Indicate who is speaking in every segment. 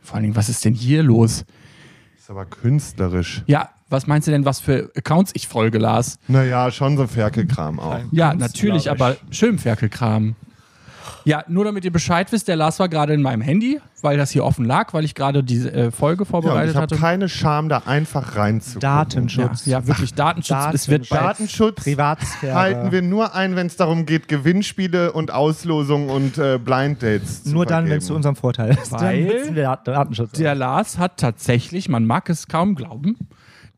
Speaker 1: Vor allen Dingen, was ist denn hier los?
Speaker 2: Ist aber künstlerisch.
Speaker 1: Ja, was meinst du denn, was für Accounts ich folge, Lars?
Speaker 2: Naja, schon so Ferkelkram auch.
Speaker 1: Ja, natürlich, aber schön Ferkelkram. Ja, nur damit ihr Bescheid wisst, der Lars war gerade in meinem Handy, weil das hier offen lag, weil ich gerade diese äh, Folge
Speaker 2: Ja, und
Speaker 1: vorbereitet
Speaker 2: ich habe
Speaker 1: hatte.
Speaker 2: keine Scham, da einfach reinzugucken.
Speaker 1: ja,
Speaker 3: Datenschutz.
Speaker 1: ja, wirklich Datenschutz. Es wird bald,
Speaker 2: Datenschutz
Speaker 3: Privatsphäre.
Speaker 2: halten wir nur ein, wenn es darum geht, Gewinnspiele und Auslosungen und äh, Blind Dates zu
Speaker 3: Nur dann, wenn
Speaker 2: vergeben.
Speaker 3: es zu unserem Vorteil ist.
Speaker 1: Weil-
Speaker 3: dann nutzen wir Dat- Datenschutz.
Speaker 1: der Lars hat tatsächlich, man mag es kaum glauben,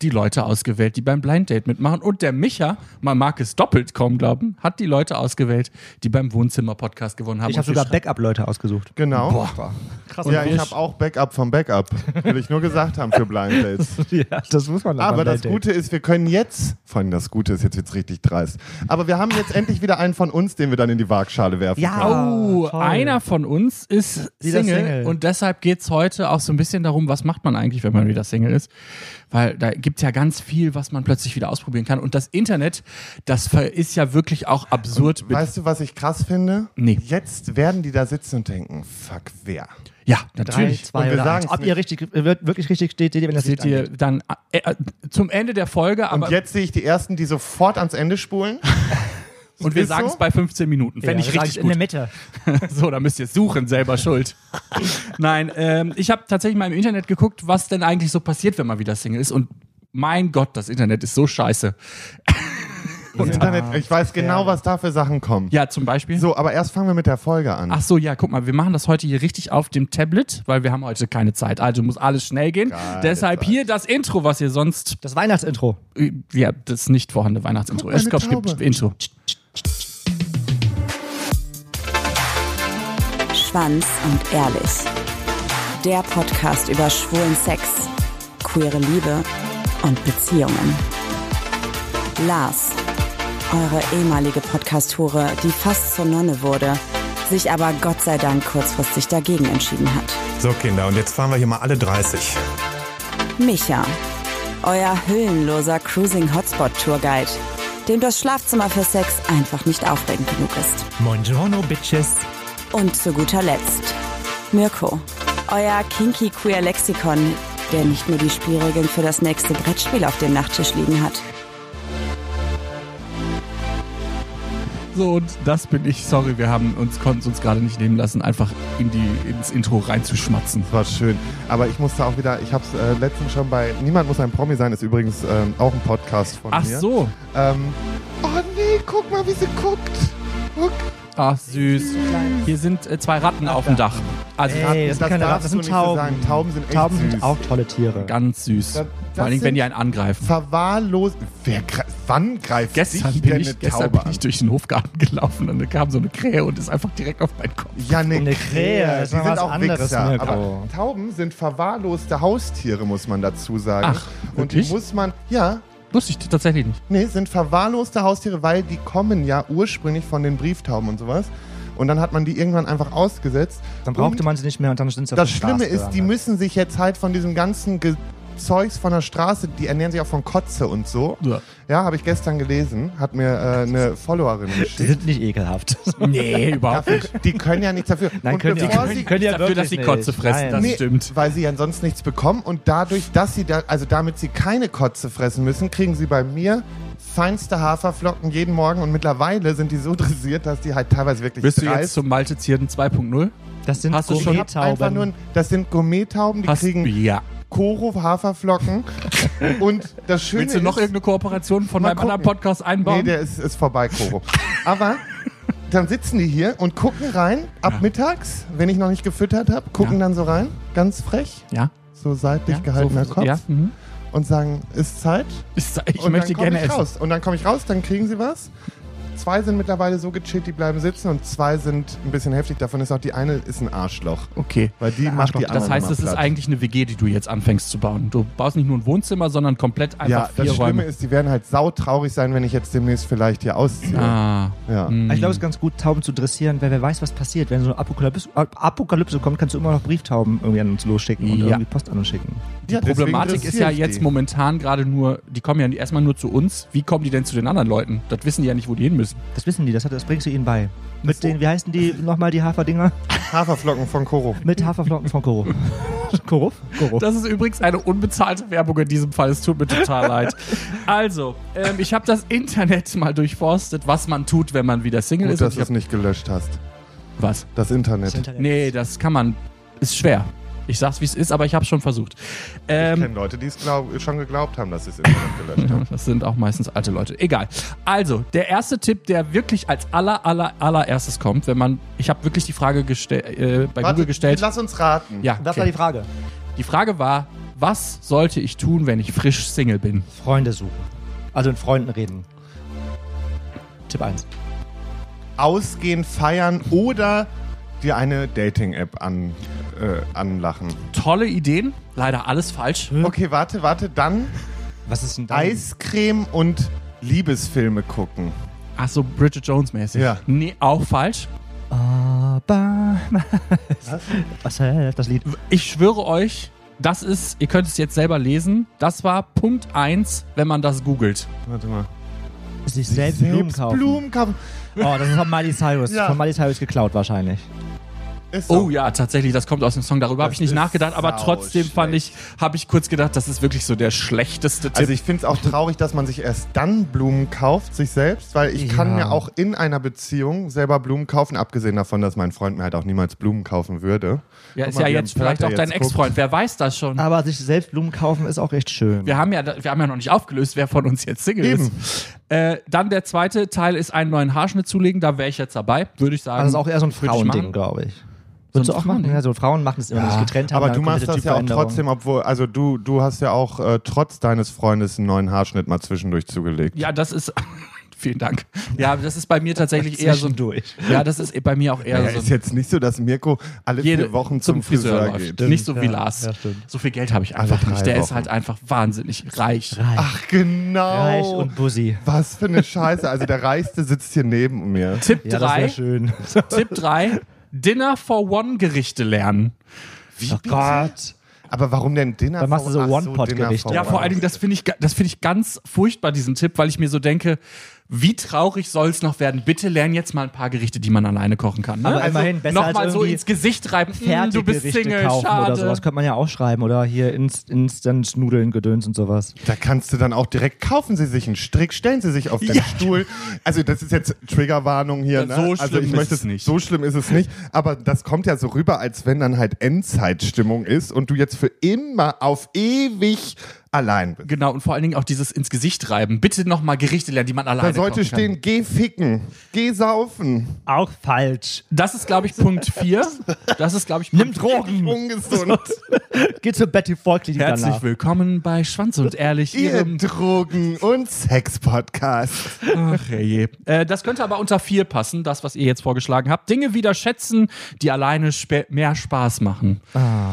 Speaker 1: die Leute ausgewählt, die beim Blind Date mitmachen. Und der Micha, man mag es doppelt kaum glauben, hat die Leute ausgewählt, die beim Wohnzimmer-Podcast gewonnen haben.
Speaker 3: ich habe
Speaker 1: Und wir
Speaker 3: sogar
Speaker 1: schreiben-
Speaker 3: Backup-Leute ausgesucht.
Speaker 2: Genau.
Speaker 3: Krass.
Speaker 2: Ja, ich
Speaker 1: wir-
Speaker 2: habe auch Backup vom Backup. Will ich nur gesagt haben für Blind Dates.
Speaker 3: Ja, das muss man
Speaker 2: Aber
Speaker 3: beim
Speaker 2: das
Speaker 3: Date.
Speaker 2: Gute ist, wir können jetzt, vor allem das Gute ist jetzt jetzt richtig dreist, aber wir haben jetzt endlich wieder einen von uns, den wir dann in die Waagschale werfen
Speaker 3: Ja.
Speaker 2: können.
Speaker 1: Oh,
Speaker 3: Ah, toll.
Speaker 1: einer von uns ist
Speaker 3: Wieder
Speaker 1: Single,
Speaker 3: Single.
Speaker 1: und deshalb geht es heute auch so ein bisschen darum, was macht man eigentlich, wenn man wieder Single ist. Weil da gibt es ja ganz viel, was man plötzlich wieder ausprobieren kann. Und das Internet, das ver- ist ja wirklich auch absurd. mit-
Speaker 2: Weißt du, was ich krass finde?
Speaker 1: Nee.
Speaker 2: Jetzt werden die da sitzen und denken, fuck, wer?
Speaker 1: ja,
Speaker 3: Drei,
Speaker 1: natürlich.
Speaker 2: Und
Speaker 3: zwei
Speaker 2: wir
Speaker 3: oder
Speaker 2: sagen's
Speaker 3: eins. Ob
Speaker 2: nicht.
Speaker 3: ihr richtig, äh, wird- wirklich richtig steht, seht ihr, wenn das
Speaker 1: Seht
Speaker 3: Licht
Speaker 1: ihr
Speaker 3: angeht.
Speaker 1: dann äh, äh, zum Ende der Folge, aber
Speaker 2: Und jetzt sehe ich die Ersten, die sofort ans Ende spulen.
Speaker 1: und wir
Speaker 2: ist
Speaker 1: sagen es
Speaker 2: so?
Speaker 1: bei 15 Minuten.
Speaker 3: Ja,
Speaker 1: Fände
Speaker 3: wir
Speaker 1: ich
Speaker 3: sagen's
Speaker 1: richtig
Speaker 3: in
Speaker 1: gut.
Speaker 3: der Mitte.
Speaker 1: So, da müsst ihr es suchen, selber schuld. Nein, ähm, ich habe tatsächlich mal im Internet geguckt, was denn eigentlich so passiert, wenn man wieder Single ist. Und mein Gott, das Internet ist so scheiße.
Speaker 2: Das Internet, ich weiß genau, was da für Sachen kommen.
Speaker 1: Ja, zum Beispiel.
Speaker 2: So, aber erst fangen wir mit der Folge an.
Speaker 1: Ach so, ja, guck mal, wir machen das heute hier richtig auf dem Tablet, weil wir haben heute keine Zeit. Also muss alles schnell gehen. Deshalb hier das Intro, was ihr sonst,
Speaker 3: Das Weihnachtsintro.
Speaker 1: äh, ja, das nicht vorhandene Weihnachtsintro.
Speaker 2: Guck mal,
Speaker 1: Ich glaube, es
Speaker 2: eine
Speaker 1: gibt
Speaker 2: Taube.
Speaker 1: Intro.
Speaker 4: Schwanz und ehrlich. Der Podcast über schwulen Sex, queere Liebe und Beziehungen. Lars, eure ehemalige Podcast-Hure, die fast zur Nonne wurde, sich aber Gott sei Dank kurzfristig dagegen entschieden hat.
Speaker 5: So, Kinder, und jetzt fahren wir hier mal alle 30.
Speaker 4: Micha, euer hüllenloser Cruising Hotspot Tourguide, dem das Schlafzimmer für Sex einfach nicht aufregend genug ist.
Speaker 5: Buongiorno, Bitches.
Speaker 4: Und zu guter Letzt Mirko, euer kinky queer Lexikon, der nicht nur die Spielregeln für das nächste Brettspiel auf dem Nachttisch liegen hat.
Speaker 1: So, und das bin ich. Sorry, wir haben uns, konnten es uns gerade nicht nehmen lassen, einfach in die, ins Intro reinzuschmatzen.
Speaker 2: Das war schön. Aber ich musste auch wieder, ich habe es äh, letztens schon bei Niemand muss ein Promi sein, ist übrigens ähm, auch ein Podcast von
Speaker 1: Ach
Speaker 2: mir.
Speaker 1: so.
Speaker 2: Ähm, oh nee, guck mal, wie sie guckt. Guck.
Speaker 1: Ach, süß. Hier sind äh, zwei Ratten auf dem Dach. Also
Speaker 3: Ey,
Speaker 1: Ratten,
Speaker 3: das sind keine Ratten, das
Speaker 2: darfst du
Speaker 3: sind
Speaker 2: nicht so
Speaker 3: Tauben.
Speaker 2: sagen. Tauben sind echt
Speaker 3: Tauben
Speaker 2: süß.
Speaker 3: sind auch tolle Tiere.
Speaker 1: ganz süß.
Speaker 2: das
Speaker 1: Vor allen Dingen, wenn
Speaker 2: sind-
Speaker 1: die einen angreifen.
Speaker 2: Verwahrlos. Wer gre- wann greift
Speaker 1: Gestern,
Speaker 2: dich
Speaker 1: bin
Speaker 2: denn
Speaker 1: ich,
Speaker 2: eine
Speaker 1: gestern
Speaker 2: Taube
Speaker 1: bin
Speaker 2: an?
Speaker 1: ich durch den Hofgarten gelaufen und da kam so eine Krähe und ist einfach direkt auf meinen Kopf.
Speaker 2: Ja, eine,
Speaker 3: Eine Krähe,
Speaker 2: Die
Speaker 3: das ist
Speaker 2: sind
Speaker 3: mal was
Speaker 2: auch
Speaker 3: anderes,
Speaker 2: Wichser.
Speaker 3: Mirko.
Speaker 2: Aber Tauben sind verwahrloste Haustiere, muss man dazu sagen.
Speaker 1: Ach,
Speaker 2: Und die
Speaker 1: wirklich?
Speaker 2: muss man, ja,
Speaker 1: Wusste ich tatsächlich nicht.
Speaker 2: Nee, sind verwahrloste Haustiere, weil die kommen ja ursprünglich von den Brieftauben und sowas. Und dann hat man die irgendwann einfach ausgesetzt.
Speaker 3: Dann brauchte
Speaker 2: und
Speaker 3: man sie nicht mehr und dann sind sie auf
Speaker 2: Das
Speaker 3: die
Speaker 2: Schlimme
Speaker 3: Straße
Speaker 2: ist, die
Speaker 3: gewandert.
Speaker 2: müssen sich jetzt halt von diesem ganzen Ge Zeugs von der Straße, die ernähren sich auch von Kotze und so.
Speaker 1: Ja.
Speaker 2: Ja, habe ich gestern gelesen, hat mir äh, eine Followerin
Speaker 3: Die
Speaker 2: geschickt.
Speaker 3: sind nicht ekelhaft.
Speaker 1: Nee, überhaupt
Speaker 2: Dafür,
Speaker 1: nicht.
Speaker 2: die können ja nichts dafür.
Speaker 3: Nein,
Speaker 2: und
Speaker 3: können die,
Speaker 2: bevor
Speaker 3: können,
Speaker 2: sie
Speaker 3: können ja
Speaker 1: Dafür,
Speaker 3: wirklich
Speaker 1: dass sie
Speaker 3: nicht.
Speaker 1: Kotze fressen,
Speaker 3: Nein.
Speaker 1: das- Also stimmt.
Speaker 2: Weil sie ja sonst nichts bekommen und dadurch, dass sie da, also damit sie keine Kotze fressen müssen, kriegen sie bei mir feinste Haferflocken jeden Morgen und mittlerweile sind die so dressiert, dass die halt teilweise wirklich
Speaker 1: Bist du jetzt
Speaker 2: dreist-
Speaker 1: zum Malte Zierden 2.0?
Speaker 3: Das sind
Speaker 1: Hast du schon-
Speaker 2: Ich hab einfach nur, ein- das sind Gourmet-Tauben, die
Speaker 1: Hast-
Speaker 2: kriegen
Speaker 1: Ja.
Speaker 2: Koro Haferflocken und das Schöne
Speaker 1: Willst du noch
Speaker 2: ist,
Speaker 1: irgendeine Kooperation von
Speaker 2: Mal
Speaker 1: meinem anderen
Speaker 2: gucken.
Speaker 1: Podcast
Speaker 2: Nee,
Speaker 1: einbauen?
Speaker 2: der ist, ist vorbei, Koro. Aber dann sitzen die hier und gucken rein, ab mittags, wenn ich noch nicht gefüttert habe, gucken
Speaker 1: Ja.
Speaker 2: dann so rein, ganz frech,
Speaker 1: ja.
Speaker 2: so seitlich
Speaker 1: ja.
Speaker 2: gehaltener
Speaker 1: so,
Speaker 2: Kopf.
Speaker 1: Ja. Mhm.
Speaker 2: und sagen, ist Zeit.
Speaker 1: Ich, ich
Speaker 2: und
Speaker 1: möchte
Speaker 2: dann komm
Speaker 1: gerne
Speaker 2: ich
Speaker 1: essen.
Speaker 2: raus. Und dann komme ich raus, dann kriegen sie was. Zwei sind mittlerweile so gechillt, die bleiben sitzen und zwei sind ein bisschen heftig. Davon ist auch die eine ist ein Arschloch.
Speaker 1: Okay.
Speaker 2: Weil die macht die andere
Speaker 1: Das heißt,
Speaker 2: immer
Speaker 1: es ist
Speaker 2: platt.
Speaker 1: eigentlich eine WG, die du jetzt anfängst zu bauen. Du baust nicht nur ein Wohnzimmer, sondern komplett
Speaker 2: Ja,
Speaker 1: einfach
Speaker 2: das
Speaker 1: vier
Speaker 2: Schlimme
Speaker 1: Räume.
Speaker 2: ist, die werden halt sautraurig sein, wenn ich jetzt demnächst vielleicht hier ausziehe.
Speaker 1: ah.
Speaker 2: Ja.
Speaker 3: Ich glaube, es ist ganz gut, Tauben zu dressieren, weil wer weiß, was passiert. Wenn so eine Apokalypse, äh, Apokalypse kommt, kannst du immer noch Brieftauben irgendwie an uns losschicken und
Speaker 1: Ja.
Speaker 3: irgendwie Post an uns schicken.
Speaker 1: Die
Speaker 2: Ja, deswegen
Speaker 1: Problematik ist ja
Speaker 2: dressiere ich
Speaker 1: jetzt
Speaker 2: die.
Speaker 1: momentan gerade nur, die kommen ja erstmal nur zu uns. Wie kommen die denn zu den anderen Leuten? Das wissen die ja nicht, wo die hin müssen.
Speaker 3: Das wissen die, das, hat, das bringst du ihnen bei. Mit den, wie heißen die nochmal, die Haferdinger?
Speaker 2: Haferflocken von Koro.
Speaker 3: Mit Haferflocken von Koro. Koro? Koro.
Speaker 1: Das ist übrigens eine unbezahlte Werbung in diesem Fall. Es tut mir total leid. Also, ähm, ich habe das Internet mal durchforstet, was man tut, wenn man wieder Single
Speaker 2: Gut,
Speaker 1: ist. Und
Speaker 2: dass
Speaker 1: ich
Speaker 2: du es nicht gelöscht hast.
Speaker 1: hab- was?
Speaker 2: Das Internet. Ich
Speaker 1: Nee, das kann man. Ist schwer. Ich sag's, wie es ist, aber ich habe schon versucht. Ähm,
Speaker 2: kenne Leute, die es glaub, schon geglaubt haben, dass sie es Internet gelöscht haben.
Speaker 1: Das sind auch meistens alte Leute. Egal. Also, der erste Tipp, der wirklich als aller, aller, allererstes kommt, wenn man, ich habe wirklich die Frage gestell, äh, bei Google gestellt.
Speaker 2: Lass uns raten.
Speaker 1: Ja,
Speaker 3: Das war die
Speaker 1: okay.
Speaker 3: Frage.
Speaker 1: die Frage war, was sollte ich tun, wenn ich frisch Single bin?
Speaker 3: Freunde suchen. Also mit Freunden reden. Tipp 1.
Speaker 2: Ausgehen, feiern oder dir eine Dating-App an, äh, anlachen.
Speaker 1: Tolle Ideen, leider alles falsch.
Speaker 2: Okay, warte, warte. Dann
Speaker 3: Was ist denn dein-
Speaker 2: Eiscreme und Liebesfilme gucken.
Speaker 1: Ach so, Bridget Jones mäßig.
Speaker 2: Ja.
Speaker 1: Nee, auch falsch.
Speaker 3: Aber was hält das Lied?
Speaker 1: Ich schwöre euch, das ist, ihr könnt es jetzt selber lesen, das war Punkt 1, wenn man das googelt.
Speaker 2: Warte mal.
Speaker 3: Sich selbst, Blumen kaufen.
Speaker 2: Blumen kaufen.
Speaker 3: Oh, das ist von Miley Cyrus.
Speaker 2: Ja.
Speaker 3: Von Miley Cyrus geklaut wahrscheinlich.
Speaker 2: Ist so.
Speaker 1: Oh ja, tatsächlich, das kommt aus dem Song. Darüber habe ich nicht
Speaker 2: ist
Speaker 1: nachgedacht, aber
Speaker 2: sau
Speaker 1: trotzdem fand ich, habe ich kurz gedacht, das ist wirklich so der schlechteste Tipp.
Speaker 2: Also ich finde es auch traurig, dass man sich erst dann Blumen kauft, sich selbst, weil ich kann
Speaker 3: Ja.
Speaker 2: mir auch in einer Beziehung selber Blumen kaufen, abgesehen davon, dass mein Freund mir halt auch niemals Blumen kaufen würde.
Speaker 1: ja, ist
Speaker 2: Guck mal,
Speaker 1: ja
Speaker 2: wie
Speaker 1: jetzt
Speaker 2: am Pörte
Speaker 1: vielleicht auch dein
Speaker 2: jetzt
Speaker 1: Ex-Freund. Wer weiß das schon?
Speaker 3: Aber sich selbst Blumen kaufen ist auch echt schön.
Speaker 1: Wir haben, ja, wir haben ja noch nicht aufgelöst, wer von uns jetzt Single
Speaker 2: Eben.
Speaker 1: ist. Äh, dann der zweite Teil ist einen neuen Haarschnitt zulegen. Da wäre ich jetzt dabei, würde ich sagen.
Speaker 3: Also das ist auch eher so ein
Speaker 1: Würde ich machen.
Speaker 3: Frauending, glaube ich. Würdest
Speaker 1: ein
Speaker 3: du auch machen?
Speaker 1: Frauending?
Speaker 3: Ja, so Frauen machen es immer, wenn sie sich getrennt haben.
Speaker 2: Aber
Speaker 3: dann
Speaker 2: du
Speaker 3: kommt
Speaker 2: machst
Speaker 3: diese
Speaker 2: das ja auch
Speaker 3: Typveränderung.
Speaker 2: trotzdem, obwohl, also du, du hast ja auch äh, trotz deines Freundes einen neuen Haarschnitt mal zwischendurch zugelegt.
Speaker 1: Ja, das ist. Vielen Dank. Ja, das ist bei mir tatsächlich eher so ein.
Speaker 3: Zwischendurch.
Speaker 1: Ja, das ist bei mir auch eher
Speaker 2: Ja,
Speaker 3: Also
Speaker 1: so
Speaker 2: ist
Speaker 1: ein.
Speaker 2: jetzt nicht so, dass Mirko alle vier Wochen zum, Friseur, geht.
Speaker 1: Nicht so wie
Speaker 3: Ja,
Speaker 1: Lars.
Speaker 3: ja, stimmt.
Speaker 1: so viel Geld habe ich einfach
Speaker 2: drei
Speaker 1: nicht. Der ist
Speaker 2: Wochen.
Speaker 1: halt einfach wahnsinnig reich.
Speaker 2: Ach genau.
Speaker 3: Reich
Speaker 1: Oh.
Speaker 3: und Bussi.
Speaker 2: Was für eine Scheiße. Also der Reichste sitzt hier neben mir.
Speaker 1: Tipp
Speaker 3: Ja, das
Speaker 1: 3.
Speaker 3: wäre schön.
Speaker 1: Tipp 3. Dinner for One Gerichte lernen.
Speaker 3: oh Gott.
Speaker 2: Aber warum denn Dinner
Speaker 3: Dann machst du so
Speaker 2: for- ach
Speaker 3: One-Pot-Gerichte.
Speaker 2: Dinner
Speaker 1: Ja,
Speaker 2: for
Speaker 1: vor
Speaker 2: One.
Speaker 1: allen Dingen, das finde ich, ga- das finde ich ganz furchtbar, diesen Tipp, weil ich mir so denke, wie traurig soll es noch werden? Bitte lern jetzt mal ein paar Gerichte, die man alleine kochen kann. Ne?
Speaker 3: Aber immerhin besser als
Speaker 1: Nochmal so
Speaker 3: irgendwie
Speaker 1: ins Gesicht reiben. Hm, du bist
Speaker 3: Fertiggerichte
Speaker 1: Single,
Speaker 3: kaufen
Speaker 1: schade.
Speaker 3: oder sowas. Könnte man ja auch schreiben. Oder hier Inst Instant-Nudeln, Gedöns und sowas.
Speaker 2: Da kannst du dann auch direkt kaufen Sie sich einen Strick, stellen Sie sich auf den Stuhl. Also das ist jetzt Triggerwarnung hier.
Speaker 1: Ja,
Speaker 2: Ne?
Speaker 1: so
Speaker 2: also
Speaker 1: schlimm
Speaker 2: ich
Speaker 1: ist
Speaker 2: möchte
Speaker 1: es nicht.
Speaker 2: So schlimm ist es nicht. Aber das kommt ja so rüber, als wenn dann halt Endzeitstimmung ist und du jetzt für immer auf ewig allein bist.
Speaker 1: Genau, und vor allen Dingen auch dieses ins Gesicht reiben. Bitte nochmal Gerichte lernen, die man alleine
Speaker 2: Da sollte
Speaker 1: kochen
Speaker 2: stehen,
Speaker 1: kann.
Speaker 2: geh ficken, geh saufen.
Speaker 3: Auch falsch.
Speaker 1: Das ist, glaube ich, Punkt 4. Das ist, glaube ich,
Speaker 3: Nimm
Speaker 1: Punkt
Speaker 3: Drogen.
Speaker 2: Ungesund.
Speaker 3: Geh zur Betty Voigt-Klinik
Speaker 1: Herzlich
Speaker 3: danach.
Speaker 1: willkommen bei Schwanz und Ehrlich,
Speaker 2: Ihr
Speaker 1: Ihrem
Speaker 2: Drogen- und Sex-Podcast.
Speaker 1: Ach, herrje. Äh, das könnte aber unter vier passen, das, was ihr jetzt vorgeschlagen habt. Dinge wieder schätzen, die alleine spä- mehr Spaß machen.
Speaker 3: Ah.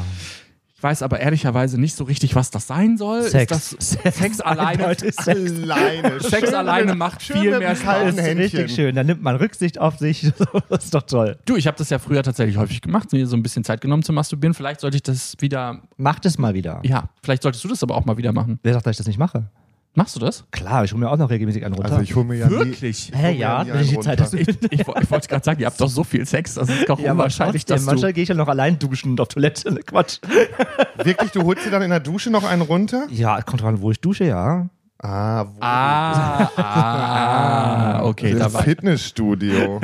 Speaker 1: Ich weiß aber ehrlicherweise nicht so richtig, was das sein soll.
Speaker 3: Sex.
Speaker 1: Ist das
Speaker 3: Sex.
Speaker 1: Sex alleine?
Speaker 3: Eindeutig Sex.
Speaker 2: alleine.
Speaker 1: Sex alleine macht viel mehr Spaß.
Speaker 2: Spaß.
Speaker 3: Das ist richtig schön. Da nimmt man Rücksicht auf sich. das ist doch toll.
Speaker 1: Du, ich habe das ja früher tatsächlich häufig gemacht, mir so ein bisschen Zeit genommen zu masturbieren. Vielleicht sollte ich das wieder,
Speaker 3: Macht es mal wieder.
Speaker 1: ja, vielleicht solltest du das aber auch mal wieder machen.
Speaker 3: Wer sagt, dass ich das nicht mache?
Speaker 1: Machst du das?
Speaker 3: Klar, ich hole mir auch noch regelmäßig einen runter.
Speaker 2: Also ich hole mir ja
Speaker 1: Wirklich?
Speaker 2: Nie,
Speaker 3: Hä,
Speaker 2: hol mir
Speaker 3: ja,
Speaker 2: nie
Speaker 3: wenn ich die
Speaker 2: einen
Speaker 3: Zeit
Speaker 2: runter.
Speaker 1: Ich, ich, wo- ich wollte gerade sagen, ihr habt doch so viel Sex, das ist doch
Speaker 3: Ja, aber
Speaker 1: unwahrscheinlich,
Speaker 3: trotzdem,
Speaker 1: dass du...
Speaker 3: Manchmal gehe ich ja noch allein duschen und auf Toilette. Ne, Quatsch.
Speaker 2: Wirklich, du holst dir dann in der Dusche noch einen runter?
Speaker 3: Ja, kommt drauf an, wo ich dusche, ja.
Speaker 2: Ah, wo
Speaker 1: Ah, ah, okay, da
Speaker 2: das
Speaker 1: war
Speaker 2: Fitnessstudio.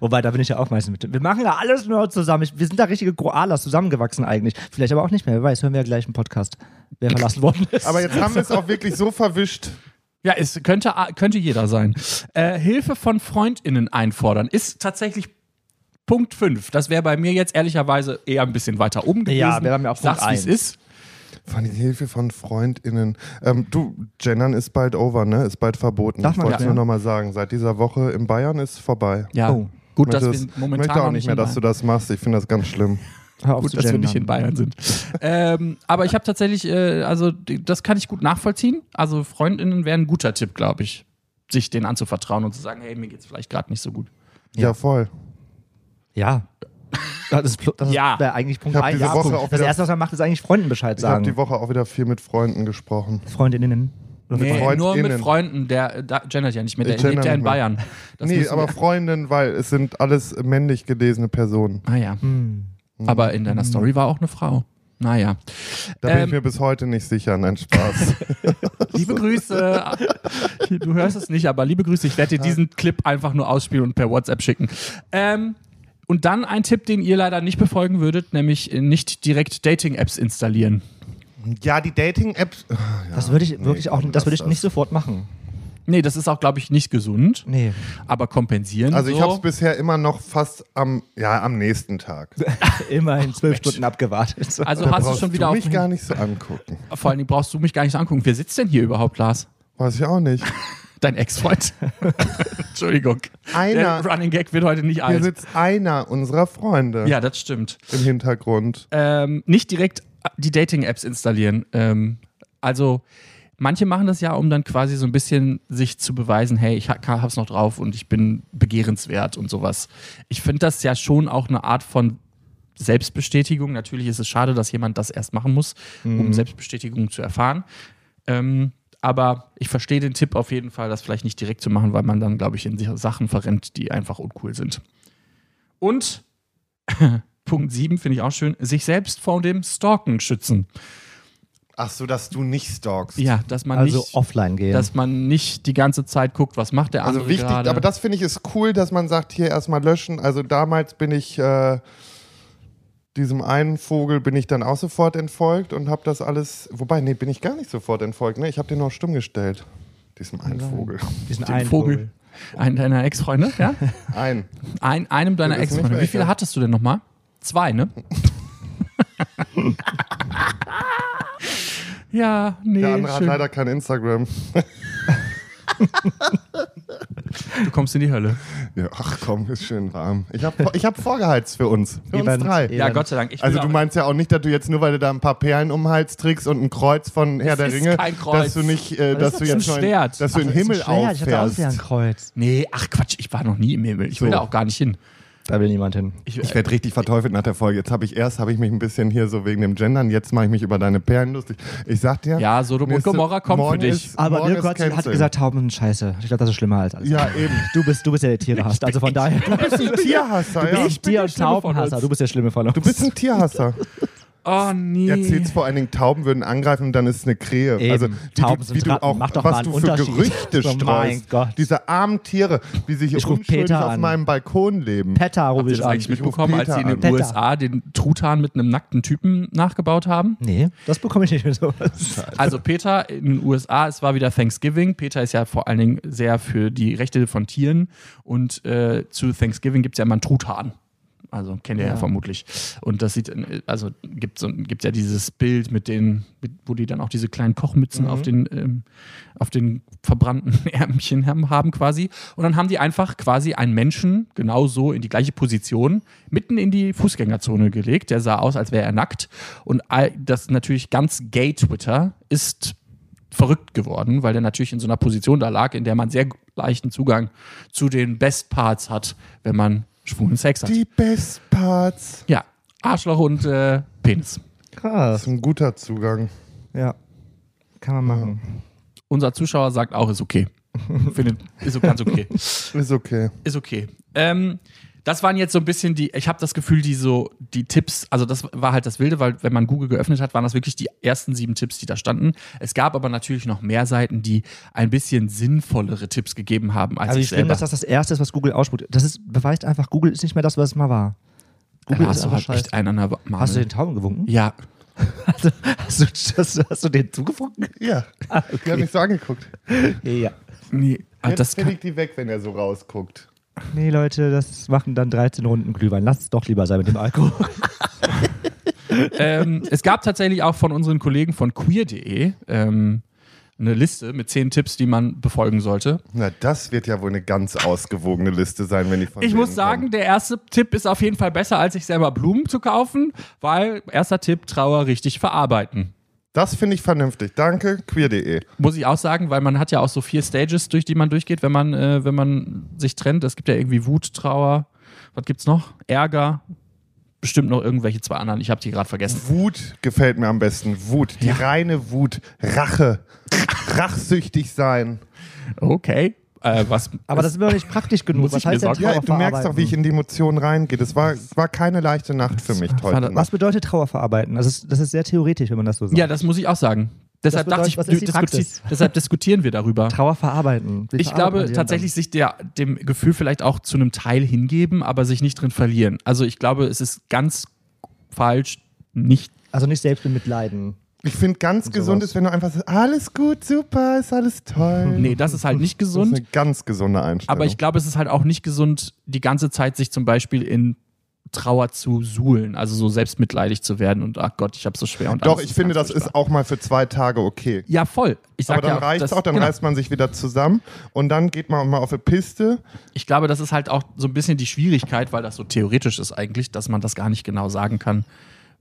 Speaker 3: Wobei, da bin ich ja auch meistens mit. Wir machen ja alles nur zusammen. Ich, wir sind da richtige Koalas zusammengewachsen eigentlich. Vielleicht aber auch nicht mehr. Wer weiß, hören wir ja gleich einen Podcast, wer verlassen worden ist.
Speaker 2: Aber jetzt haben wir es auch wirklich so verwischt.
Speaker 1: Ja, es könnte, könnte jeder sein. Äh, Hilfe von FreundInnen einfordern ist tatsächlich Punkt 5. Das wäre bei mir jetzt ehrlicherweise eher ein bisschen weiter oben gewesen.
Speaker 3: Ja, wir haben ja auch
Speaker 1: Ich sag's,
Speaker 3: Punkt
Speaker 1: wie es
Speaker 3: eins.
Speaker 1: ist.
Speaker 2: Von der Hilfe von FreundInnen. Ähm, du, Gendern ist bald over, ne? Ist bald verboten.
Speaker 3: Darf
Speaker 2: ich
Speaker 3: man
Speaker 2: wollte es
Speaker 3: nicht
Speaker 2: nur
Speaker 3: mehr?
Speaker 2: nochmal sagen. Seit dieser Woche in Bayern ist vorbei.
Speaker 1: Ja,
Speaker 3: Oh.
Speaker 1: gut, dass
Speaker 2: möchte
Speaker 1: wir
Speaker 2: das-
Speaker 1: momentan
Speaker 2: möchte auch
Speaker 1: noch
Speaker 2: nicht mehr,
Speaker 1: in
Speaker 2: dass du
Speaker 1: Bayern-
Speaker 2: das machst. Ich finde das ganz schlimm.
Speaker 3: Hör auf
Speaker 1: Gut,
Speaker 3: zu
Speaker 1: dass wir
Speaker 3: gendern.
Speaker 1: nicht in Bayern sind. ähm, aber ich habe tatsächlich, äh, also die- das kann ich gut nachvollziehen. Also FreundInnen wären ein guter Tipp, glaube ich, sich denen anzuvertrauen und zu sagen, hey, mir geht's vielleicht gerade nicht so gut.
Speaker 2: Ja, voll.
Speaker 3: Ja. Das ist, pl- das ist
Speaker 1: Ja.
Speaker 3: wär eigentlich
Speaker 2: Ich
Speaker 3: Punkt
Speaker 2: hab
Speaker 3: 1.
Speaker 2: diese Woche auch
Speaker 3: das
Speaker 2: wieder-
Speaker 3: erste, was man macht, ist eigentlich Freunden Bescheid
Speaker 2: Ich habe
Speaker 3: sagen.
Speaker 2: die Woche auch wieder viel mit Freunden gesprochen.
Speaker 3: Freundinnen Oder mit
Speaker 1: Nee,
Speaker 3: Freunden?
Speaker 1: nur mit
Speaker 2: FreundInnen.
Speaker 1: Freunden. Der äh, da, gendert ja nicht mehr. Der
Speaker 2: Ich gender
Speaker 1: lebt ja in
Speaker 2: nicht mehr.
Speaker 1: Bayern. Das
Speaker 2: nee,
Speaker 1: müssen
Speaker 2: aber
Speaker 1: wir-
Speaker 2: Freundin, weil es sind alles männlich gelesene Personen.
Speaker 1: Ah ja.
Speaker 3: Hm.
Speaker 1: Aber in deiner Story war auch eine Frau. Naja.
Speaker 2: Da bin
Speaker 1: Ähm.
Speaker 2: ich mir bis heute nicht sicher. Nein, Spaß.
Speaker 1: Liebe Grüße. Du hörst es nicht, aber liebe Grüße. Ich werde dir diesen Clip einfach nur ausspielen und per WhatsApp schicken. Ähm, und dann ein Tipp, den ihr leider nicht befolgen würdet, nämlich nicht direkt Dating-Apps installieren.
Speaker 2: ja, die Dating-Apps.
Speaker 3: Das würde ich wirklich auch,
Speaker 2: komm,
Speaker 3: das würde
Speaker 2: lass
Speaker 3: ich nicht sofort machen.
Speaker 1: Nee, das ist auch, glaube ich, nicht gesund,
Speaker 3: Nee.
Speaker 1: aber kompensieren.
Speaker 2: Also
Speaker 1: so.
Speaker 2: ich habe es bisher immer noch fast am, ja, am nächsten Tag.
Speaker 3: Immerhin zwölf
Speaker 1: Mensch.
Speaker 3: Stunden abgewartet.
Speaker 1: also hast du
Speaker 2: Brauchst
Speaker 1: schon wieder
Speaker 2: du
Speaker 1: auf.
Speaker 2: mich gar nicht so angucken.
Speaker 1: Vor allen Dingen brauchst du mich gar nicht angucken. Wer sitzt denn hier überhaupt, Lars?
Speaker 2: Weiß ich auch nicht.
Speaker 1: Dein Ex-Freund. Entschuldigung.
Speaker 2: Einer.
Speaker 1: Der Running Gag wird heute nicht
Speaker 2: Hier
Speaker 1: alt.
Speaker 2: sitzt einer unserer Freunde
Speaker 1: Ja, das stimmt.
Speaker 2: im Hintergrund.
Speaker 1: ähm, nicht direkt die Dating-Apps installieren. Ähm, also manche machen das ja, um dann quasi so ein bisschen sich zu beweisen, hey, ich ha hab's noch drauf und ich bin begehrenswert und sowas. Ich finde das ja schon auch eine Art von Selbstbestätigung. Natürlich ist es schade, dass jemand das erst machen muss, um Selbstbestätigung zu erfahren. Ähm, aber ich verstehe den Tipp auf jeden Fall, das vielleicht nicht direkt zu machen, weil man dann, glaube ich, in sich- Sachen verrennt, die einfach uncool sind. Und Punkt 7 finde ich auch schön, sich selbst vor dem Stalken schützen.
Speaker 2: Ach so, dass du nicht stalkst.
Speaker 1: Ja, dass man
Speaker 3: Also
Speaker 1: nicht
Speaker 3: offline gehen.
Speaker 1: dass man nicht die ganze Zeit guckt, was macht der andere
Speaker 2: Also wichtig,
Speaker 1: gerade.
Speaker 2: aber das finde ich ist cool, dass man sagt, hier erstmal löschen. Also damals bin ich äh, diesem einen Vogel bin ich dann auch sofort entfolgt und habe das alles. Wobei, nee, bin ich gar nicht sofort entfolgt. Ne, ich habe den noch stumm gestellt. Diesem einen Vogel.
Speaker 3: Diesen
Speaker 1: den
Speaker 3: einen
Speaker 1: Vogel. Einen deiner Ex-Freunde, ja?
Speaker 2: Ein.
Speaker 1: Ein, einem deiner
Speaker 2: Das ist nicht
Speaker 1: Ex-Freunde. Wie
Speaker 2: welcher.
Speaker 1: viele hattest du denn nochmal? Zwei, ne? ja, nee.
Speaker 2: Der andere hat
Speaker 1: schön.
Speaker 2: leider kein Instagram.
Speaker 1: Du kommst in die Hölle.
Speaker 2: Ja, ach komm, ist schön warm. Ich habe ich hab vorgeheizt für uns. Für uns
Speaker 3: Event-
Speaker 2: drei.
Speaker 1: Ja,
Speaker 3: Ja,
Speaker 1: Gott sei Dank. Ich
Speaker 2: Also
Speaker 1: will
Speaker 2: du
Speaker 1: auch-
Speaker 2: meinst ja auch nicht, dass du jetzt nur, weil du da ein paar Perlen um den Hals trägst und ein Kreuz von Herr
Speaker 1: Es
Speaker 2: der
Speaker 1: ist
Speaker 2: Ringe,
Speaker 1: kein Kreuz.
Speaker 2: dass du nicht, äh,
Speaker 1: Das
Speaker 2: dass du
Speaker 1: ist ein
Speaker 2: jetzt noch in,
Speaker 1: Schwert.
Speaker 2: dass du in den Himmel
Speaker 3: Schwer, ich hatte auch
Speaker 2: auffährst.
Speaker 3: wieder ein Kreuz.
Speaker 1: Nee, ach Quatsch, ich war noch nie im Himmel. Ich will
Speaker 2: So.
Speaker 1: da auch gar nicht hin.
Speaker 3: Da will niemand hin.
Speaker 1: äh,
Speaker 2: Ich werde richtig verteufelt nach der Folge. Jetzt habe ich erst habe ich mich ein bisschen hier so wegen dem Gendern, jetzt mache ich mich über deine Perlen lustig. Ich sag dir,
Speaker 1: Ja, Sodom und
Speaker 2: nächste-
Speaker 1: Gomorra kommt für
Speaker 2: morgen
Speaker 1: dich.
Speaker 2: Ist,
Speaker 3: Aber
Speaker 2: morgen
Speaker 3: Mirko hat,
Speaker 2: ist
Speaker 3: hat
Speaker 2: Canceln.
Speaker 3: gesagt, Tauben sind scheiße. Ich glaube, das ist schlimmer als alles.
Speaker 2: ja eben.
Speaker 3: Du bist, du bist ja der Tiere hast. Also von daher. Du bist
Speaker 2: Du bist ein Tierhasser, ja.
Speaker 1: ich bin
Speaker 3: Tier-
Speaker 1: der
Speaker 3: und
Speaker 1: Schlimme von
Speaker 3: Taubenhasser.
Speaker 1: uns.
Speaker 3: Du bist der Schlimme von uns.
Speaker 2: Du bist ein Tierhasser.
Speaker 1: Oh, nee.
Speaker 2: Erzählst vor allen Dingen, Tauben würden angreifen und dann ist es eine Krähe.
Speaker 3: Eben.
Speaker 2: Also wie
Speaker 3: Tauben
Speaker 2: du,
Speaker 3: sind
Speaker 2: wie du
Speaker 3: Ratten.
Speaker 2: auch,
Speaker 3: Mach doch mal
Speaker 2: was
Speaker 3: einen
Speaker 2: du für
Speaker 3: Unterschied.
Speaker 2: Gerüchte
Speaker 3: Oh mein
Speaker 2: streust.
Speaker 3: Gott.
Speaker 2: Diese armen Tiere, wie sie hier
Speaker 3: Ich ruf
Speaker 2: unschuldig
Speaker 3: Peter
Speaker 2: auf
Speaker 3: an.
Speaker 2: meinem Balkon leben.
Speaker 3: Petter,
Speaker 1: Habt ihr
Speaker 3: Rubisch
Speaker 1: das
Speaker 3: an.
Speaker 1: eigentlich mitbekommen,
Speaker 2: Ich
Speaker 1: als
Speaker 2: ruf
Speaker 1: sie in den
Speaker 3: Peter an.
Speaker 1: USA den Truthahn mit einem nackten Typen nachgebaut haben?
Speaker 3: Nee, das bekomme ich nicht mit sowas.
Speaker 1: Also Peter in den USA, es war wieder Thanksgiving. Peter ist ja vor allen Dingen sehr für die Rechte von Tieren und äh, zu Thanksgiving gibt es ja immer einen Truthahn. Also kennt ihr ja, vermutlich. Und das sieht, äh, also gibt es ja dieses Bild mit den, mit, wo die dann auch diese kleinen Kochmützen auf den ähm, auf den verbrannten Ärmchen haben, haben quasi. Und dann haben die einfach quasi einen Menschen genauso in die gleiche Position mitten in die Fußgängerzone gelegt. Der sah aus, als wäre er nackt. Und all- das natürlich ganz gay Twitter ist verrückt geworden, weil der natürlich in so einer Position da lag, in der man sehr leichten Zugang zu den Best Parts hat, wenn man schwulen Sex hat.
Speaker 2: Die Best Parts.
Speaker 1: ja, Arschloch und äh, Penis.
Speaker 2: Das
Speaker 3: Krass.
Speaker 2: ist ein guter Zugang.
Speaker 3: Ja. Kann man machen.
Speaker 1: Unser Zuschauer sagt auch, ist okay. Findet, ist so ganz okay.
Speaker 2: Ist okay.
Speaker 3: Ah,
Speaker 1: ist okay. Ähm, das waren jetzt so ein bisschen die, ich habe das Gefühl, die so, die Tipps, also das war halt das Wilde, weil wenn man Google geöffnet hat, waren das wirklich die ersten sieben Tipps, die da standen. Es gab aber natürlich noch mehr Seiten, die ein bisschen sinnvollere Tipps gegeben haben als
Speaker 3: Also
Speaker 1: ich
Speaker 3: ich finde,
Speaker 1: selber.
Speaker 3: dass das das Erste ist, was Google ausspuckt. Das ist, beweist einfach, Google ist nicht mehr das, was es mal war. Google
Speaker 1: da
Speaker 3: ist
Speaker 1: hast du
Speaker 3: einfach
Speaker 1: halt
Speaker 3: scheiße.
Speaker 1: echt einen an der Wa- Marmel.
Speaker 3: Hast du den Tauben gewunken?
Speaker 1: Ja.
Speaker 3: Also, hast, du, hast, du, hast du den zugewunken?
Speaker 2: Ja. Die haben mich so angeguckt.
Speaker 3: Ja.
Speaker 1: Nee, ah,
Speaker 2: Jetzt
Speaker 1: das
Speaker 2: krieg
Speaker 1: kann,
Speaker 2: ich die weg, wenn er so rausguckt.
Speaker 3: Nee, Leute, das machen dann 13 Runden Glühwein. Lasst es doch lieber sein mit dem Alkohol.
Speaker 1: ähm, es gab tatsächlich auch von unseren Kollegen von queer.de ähm, eine Liste mit zehn Tipps, die man befolgen sollte.
Speaker 2: Na, das wird ja wohl eine ganz ausgewogene Liste sein, wenn die von
Speaker 1: Ich
Speaker 2: denen
Speaker 1: muss sagen,
Speaker 2: kommt.
Speaker 1: der erste Tipp ist auf jeden Fall besser, als sich selber Blumen zu kaufen, weil erster Tipp, Trauer richtig verarbeiten.
Speaker 2: Das finde ich vernünftig. Danke, queer.de.
Speaker 1: Muss ich auch sagen, weil man hat ja auch so vier Stages, durch die man durchgeht, wenn man, äh, wenn man sich trennt. Es gibt ja irgendwie Wut, Trauer, was gibt's noch? Ärger, bestimmt noch irgendwelche zwei anderen. Ich habe die gerade vergessen.
Speaker 2: Wut gefällt mir am besten. Wut. Die reine Wut. Rache. Rachsüchtig sein.
Speaker 1: Okay. Äh, was?
Speaker 3: Aber das ist mir nicht praktisch genug.
Speaker 1: Muss ich
Speaker 3: Was
Speaker 1: mir
Speaker 3: heißt denn
Speaker 1: Sorgen-
Speaker 2: Ja,
Speaker 3: Trauer
Speaker 2: du merkst doch, wie ich in die Emotionen reingehe. Das war, war keine leichte Nacht für mich heute.
Speaker 3: Was
Speaker 2: Nacht.
Speaker 3: bedeutet Trauer verarbeiten? Das ist, das ist sehr theoretisch, wenn man das so sagt.
Speaker 1: ja, das muss ich auch sagen. Deshalb
Speaker 3: bedeutet,
Speaker 1: dachte ich,
Speaker 3: was ist die
Speaker 1: diskuti-
Speaker 3: Praxis?
Speaker 1: deshalb diskutieren wir darüber.
Speaker 3: Trauer verarbeiten. also Wie
Speaker 1: Ich
Speaker 3: verarbeitet man
Speaker 1: glaube
Speaker 3: die denn
Speaker 1: tatsächlich, sich der, dem Gefühl vielleicht auch zu einem Teil hingeben, aber sich nicht drin verlieren. Also ich glaube, es ist ganz falsch, nicht.
Speaker 3: dann? Also nicht selbst mit Mitleiden.
Speaker 2: Ich finde, ganz gesund ist, wenn du einfach sagst, alles gut, super, ist alles toll.
Speaker 1: Nee, das ist halt nicht
Speaker 2: Das ist
Speaker 1: gesund.
Speaker 2: eine ganz gesunde Einstellung.
Speaker 1: Aber ich glaube, es ist halt auch nicht gesund, die ganze Zeit sich zum Beispiel in Trauer zu suhlen, also so selbstmitleidig zu werden und ach Gott, ich habe so schwer. Und
Speaker 2: Doch,
Speaker 1: alles
Speaker 2: ich finde,
Speaker 1: ganz
Speaker 2: das ist
Speaker 1: furchtbar.
Speaker 2: auch mal für zwei Tage okay.
Speaker 1: ja voll. Ich sag
Speaker 2: Aber dann
Speaker 1: ja,
Speaker 2: reicht's
Speaker 1: das-
Speaker 2: auch, dann
Speaker 1: genau.
Speaker 2: reißt man sich wieder zusammen und dann geht man mal auf eine Piste.
Speaker 1: Ich glaube, das ist halt auch so ein bisschen die Schwierigkeit, weil das so theoretisch ist eigentlich, dass man das gar nicht genau sagen kann,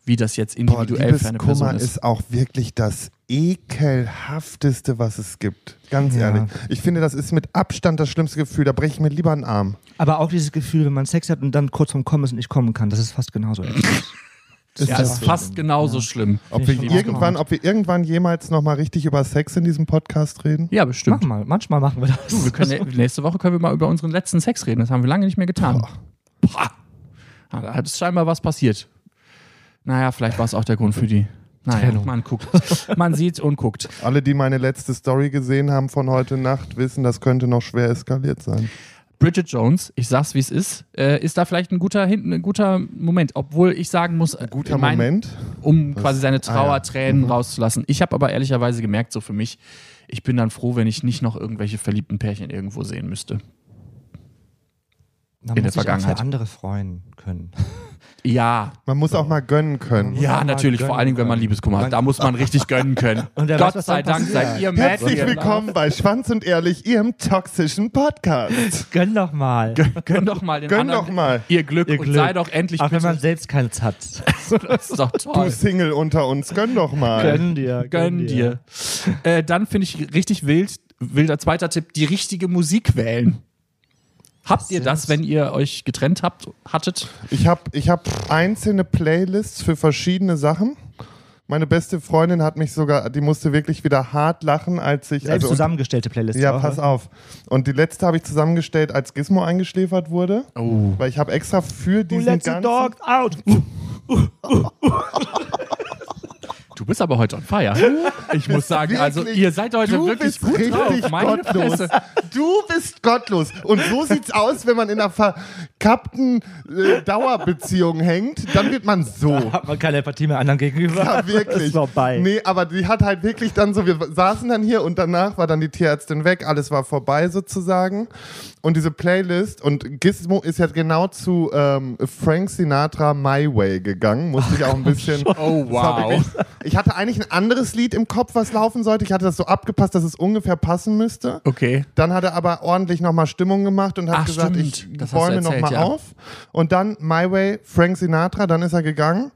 Speaker 1: wie das jetzt
Speaker 2: Boah,
Speaker 1: individuell für eine
Speaker 2: Liebeskummer
Speaker 1: Person
Speaker 2: ist.
Speaker 1: ist.
Speaker 2: auch wirklich das ekelhafteste, was es gibt. Ganz
Speaker 3: Ja.
Speaker 2: ehrlich. Ich finde, das ist mit Abstand das schlimmste Gefühl. Da breche ich mir lieber einen Arm.
Speaker 3: Aber auch dieses Gefühl, wenn man Sex hat und dann kurz vom Kommen ist und nicht kommen kann, das ist fast genauso.
Speaker 1: Ja,
Speaker 3: das
Speaker 1: ist fast genauso schlimm.
Speaker 2: Ob
Speaker 3: Finde
Speaker 2: wir,
Speaker 3: ich schon
Speaker 2: irgendwann, ob wir irgendwann jemals nochmal richtig über Sex in diesem Podcast reden?
Speaker 1: Ja,
Speaker 3: Mach
Speaker 1: bestimmt.
Speaker 3: mal, manchmal machen wir das.
Speaker 1: Du, wir können, nächste Woche können wir mal über unseren letzten Sex reden. Das haben wir lange nicht mehr getan. Boah. Ah, Da ist scheinbar was passiert. Naja, vielleicht war es auch der Grund für die. Naja,
Speaker 3: Trennung.
Speaker 1: man guckt. Man sieht und guckt.
Speaker 2: Alle, die meine letzte Story gesehen haben von heute Nacht, wissen, das könnte noch schwer eskaliert sein.
Speaker 1: Bridget Jones, ich sag's wie es ist, äh, ist da vielleicht ein guter, hinten, ein guter Moment. Obwohl ich sagen muss, äh, ein
Speaker 2: Guter Moment.
Speaker 1: um quasi seine
Speaker 2: ah, ja.
Speaker 1: Trauertränen rauszulassen. Ich habe aber ehrlicherweise gemerkt, so für mich, ich bin dann froh, wenn ich nicht noch irgendwelche verliebten Pärchen irgendwo sehen müsste.
Speaker 3: Man
Speaker 1: in
Speaker 3: muss
Speaker 1: der
Speaker 3: sich auch für
Speaker 1: Vergangenheit.
Speaker 3: andere freuen können.
Speaker 1: Ja,
Speaker 2: Man muss auch mal gönnen können.
Speaker 3: muss
Speaker 1: ja,
Speaker 3: man mal
Speaker 1: natürlich, vor
Speaker 3: gönnen
Speaker 1: allen Dingen, wenn man
Speaker 3: können.
Speaker 1: Liebeskummer hat. Da muss man richtig gönnen können.
Speaker 3: Und wer
Speaker 1: Gott
Speaker 3: weiß, was
Speaker 1: sei
Speaker 3: dann
Speaker 1: Dank seid
Speaker 3: passiert.
Speaker 1: ihr
Speaker 2: Herzlich
Speaker 1: Mädchen.
Speaker 2: willkommen bei Schwanz und Ehrlich, Ihrem toxischen Podcast.
Speaker 3: Gönn doch mal.
Speaker 1: Gönn doch mal den
Speaker 2: Gönn
Speaker 1: anderen
Speaker 2: doch mal.
Speaker 1: Ihr, Glück
Speaker 3: Ihr
Speaker 1: und
Speaker 3: Glück.
Speaker 1: sei doch endlich
Speaker 3: auch wenn man
Speaker 1: bitte.
Speaker 3: selbst keins hat.
Speaker 1: Das ist doch
Speaker 2: Du
Speaker 1: toll.
Speaker 2: Single unter uns, gönn doch mal.
Speaker 3: dir.
Speaker 1: Gönn dir. Äh, dann finde ich richtig wild, wilder zweiter Tipp, die richtige Musik wählen. Habt ihr das, wenn ihr euch getrennt habt, hattet?
Speaker 2: Ich habe ich hab einzelne Playlists für verschiedene Sachen. Meine beste Freundin hat mich sogar, die musste wirklich wieder hart lachen, als ich.
Speaker 3: Selbst
Speaker 2: und-
Speaker 3: zusammengestellte Playlist.
Speaker 2: Also, ja,
Speaker 3: auch,
Speaker 2: pass
Speaker 3: ne?
Speaker 2: auf. Und die letzte habe ich zusammengestellt, als Gizmo eingeschläfert wurde.
Speaker 1: Oh.
Speaker 2: Weil ich habe extra für
Speaker 3: Du
Speaker 2: diesen
Speaker 3: let the
Speaker 2: ganzen.
Speaker 3: dog Oh, out.
Speaker 1: Du bist aber heute on fire. Ich muss sagen, also
Speaker 2: Wirklich,
Speaker 1: ihr seid heute
Speaker 2: du
Speaker 1: wirklich
Speaker 2: bist
Speaker 1: gut
Speaker 2: richtig
Speaker 1: drauf. Meine
Speaker 2: gottlos.
Speaker 1: Fresse.
Speaker 2: Du bist gottlos. Und so sieht's aus, wenn man in einer verkappten äh, Dauerbeziehung hängt. Dann wird man so.
Speaker 3: Hat man keine Empathie mehr anderen gegenüber.
Speaker 2: Ja, wirklich.
Speaker 3: Ist vorbei.
Speaker 2: Nee, aber die hat halt wirklich dann so, wir saßen dann hier und danach war dann die Tierärztin weg, alles war vorbei sozusagen. Und diese Playlist und Gizmo ist ja genau zu ähm, Frank Sinatra My Way gegangen, musste ich auch ein bisschen.
Speaker 1: Oh,
Speaker 2: Das war
Speaker 1: wow.
Speaker 2: wirklich- Ich hatte eigentlich ein anderes Lied im Kopf, was laufen sollte. Ich hatte das so abgepasst, dass es ungefähr passen müsste.
Speaker 1: Okay.
Speaker 2: Dann hat er aber ordentlich nochmal Stimmung gemacht und hat
Speaker 1: Ach,
Speaker 2: gesagt,
Speaker 1: stimmt.
Speaker 2: ich
Speaker 1: Das hast du
Speaker 2: bäume
Speaker 1: erzählt,
Speaker 2: nochmal
Speaker 1: ja.
Speaker 2: auf. Und dann My Way, Frank Sinatra, dann ist er gegangen.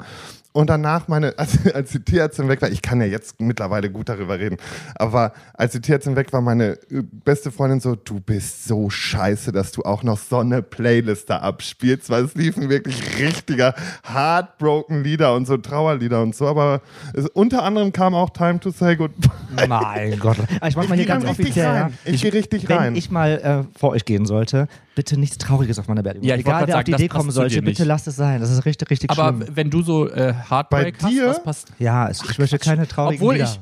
Speaker 2: Und danach meine, als, als die Tierärztin weg war, ich kann ja jetzt mittlerweile gut darüber reden, aber als die Tierärztin weg war, meine äh, beste Freundin so, du bist so scheiße, dass du auch noch so eine Playlist da abspielst, weil es liefen wirklich richtiger Heartbroken Lieder und so Trauerlieder und so, aber es, unter anderem kam auch Time to Say Goodbye.
Speaker 3: Mein Gott. Aber ich mach mal hier
Speaker 2: geh dann
Speaker 3: ganz
Speaker 2: richtig
Speaker 3: offiziell.
Speaker 2: rein.
Speaker 3: ja.
Speaker 2: Ich geh richtig
Speaker 3: wenn
Speaker 2: rein.
Speaker 3: Wenn ich mal äh, vor euch gehen sollte, bitte nichts Trauriges auf meiner Beerdigung.
Speaker 1: Ja, ich wollt
Speaker 3: Egal,
Speaker 1: grad
Speaker 3: wer auf
Speaker 1: sagen,
Speaker 3: die
Speaker 1: das
Speaker 3: Idee
Speaker 1: passt
Speaker 3: kommen
Speaker 1: zu dir
Speaker 3: sollte, bitte
Speaker 1: nicht.
Speaker 3: lasst es sein. Das ist richtig, richtig
Speaker 1: Aber
Speaker 3: schlimm.
Speaker 1: wenn du so äh, Heartbreak
Speaker 2: Bei dir?
Speaker 1: hast, was passt?
Speaker 3: Ja, es, ich möchte keine traurigen
Speaker 1: Obwohl
Speaker 3: Lieder.
Speaker 1: ich-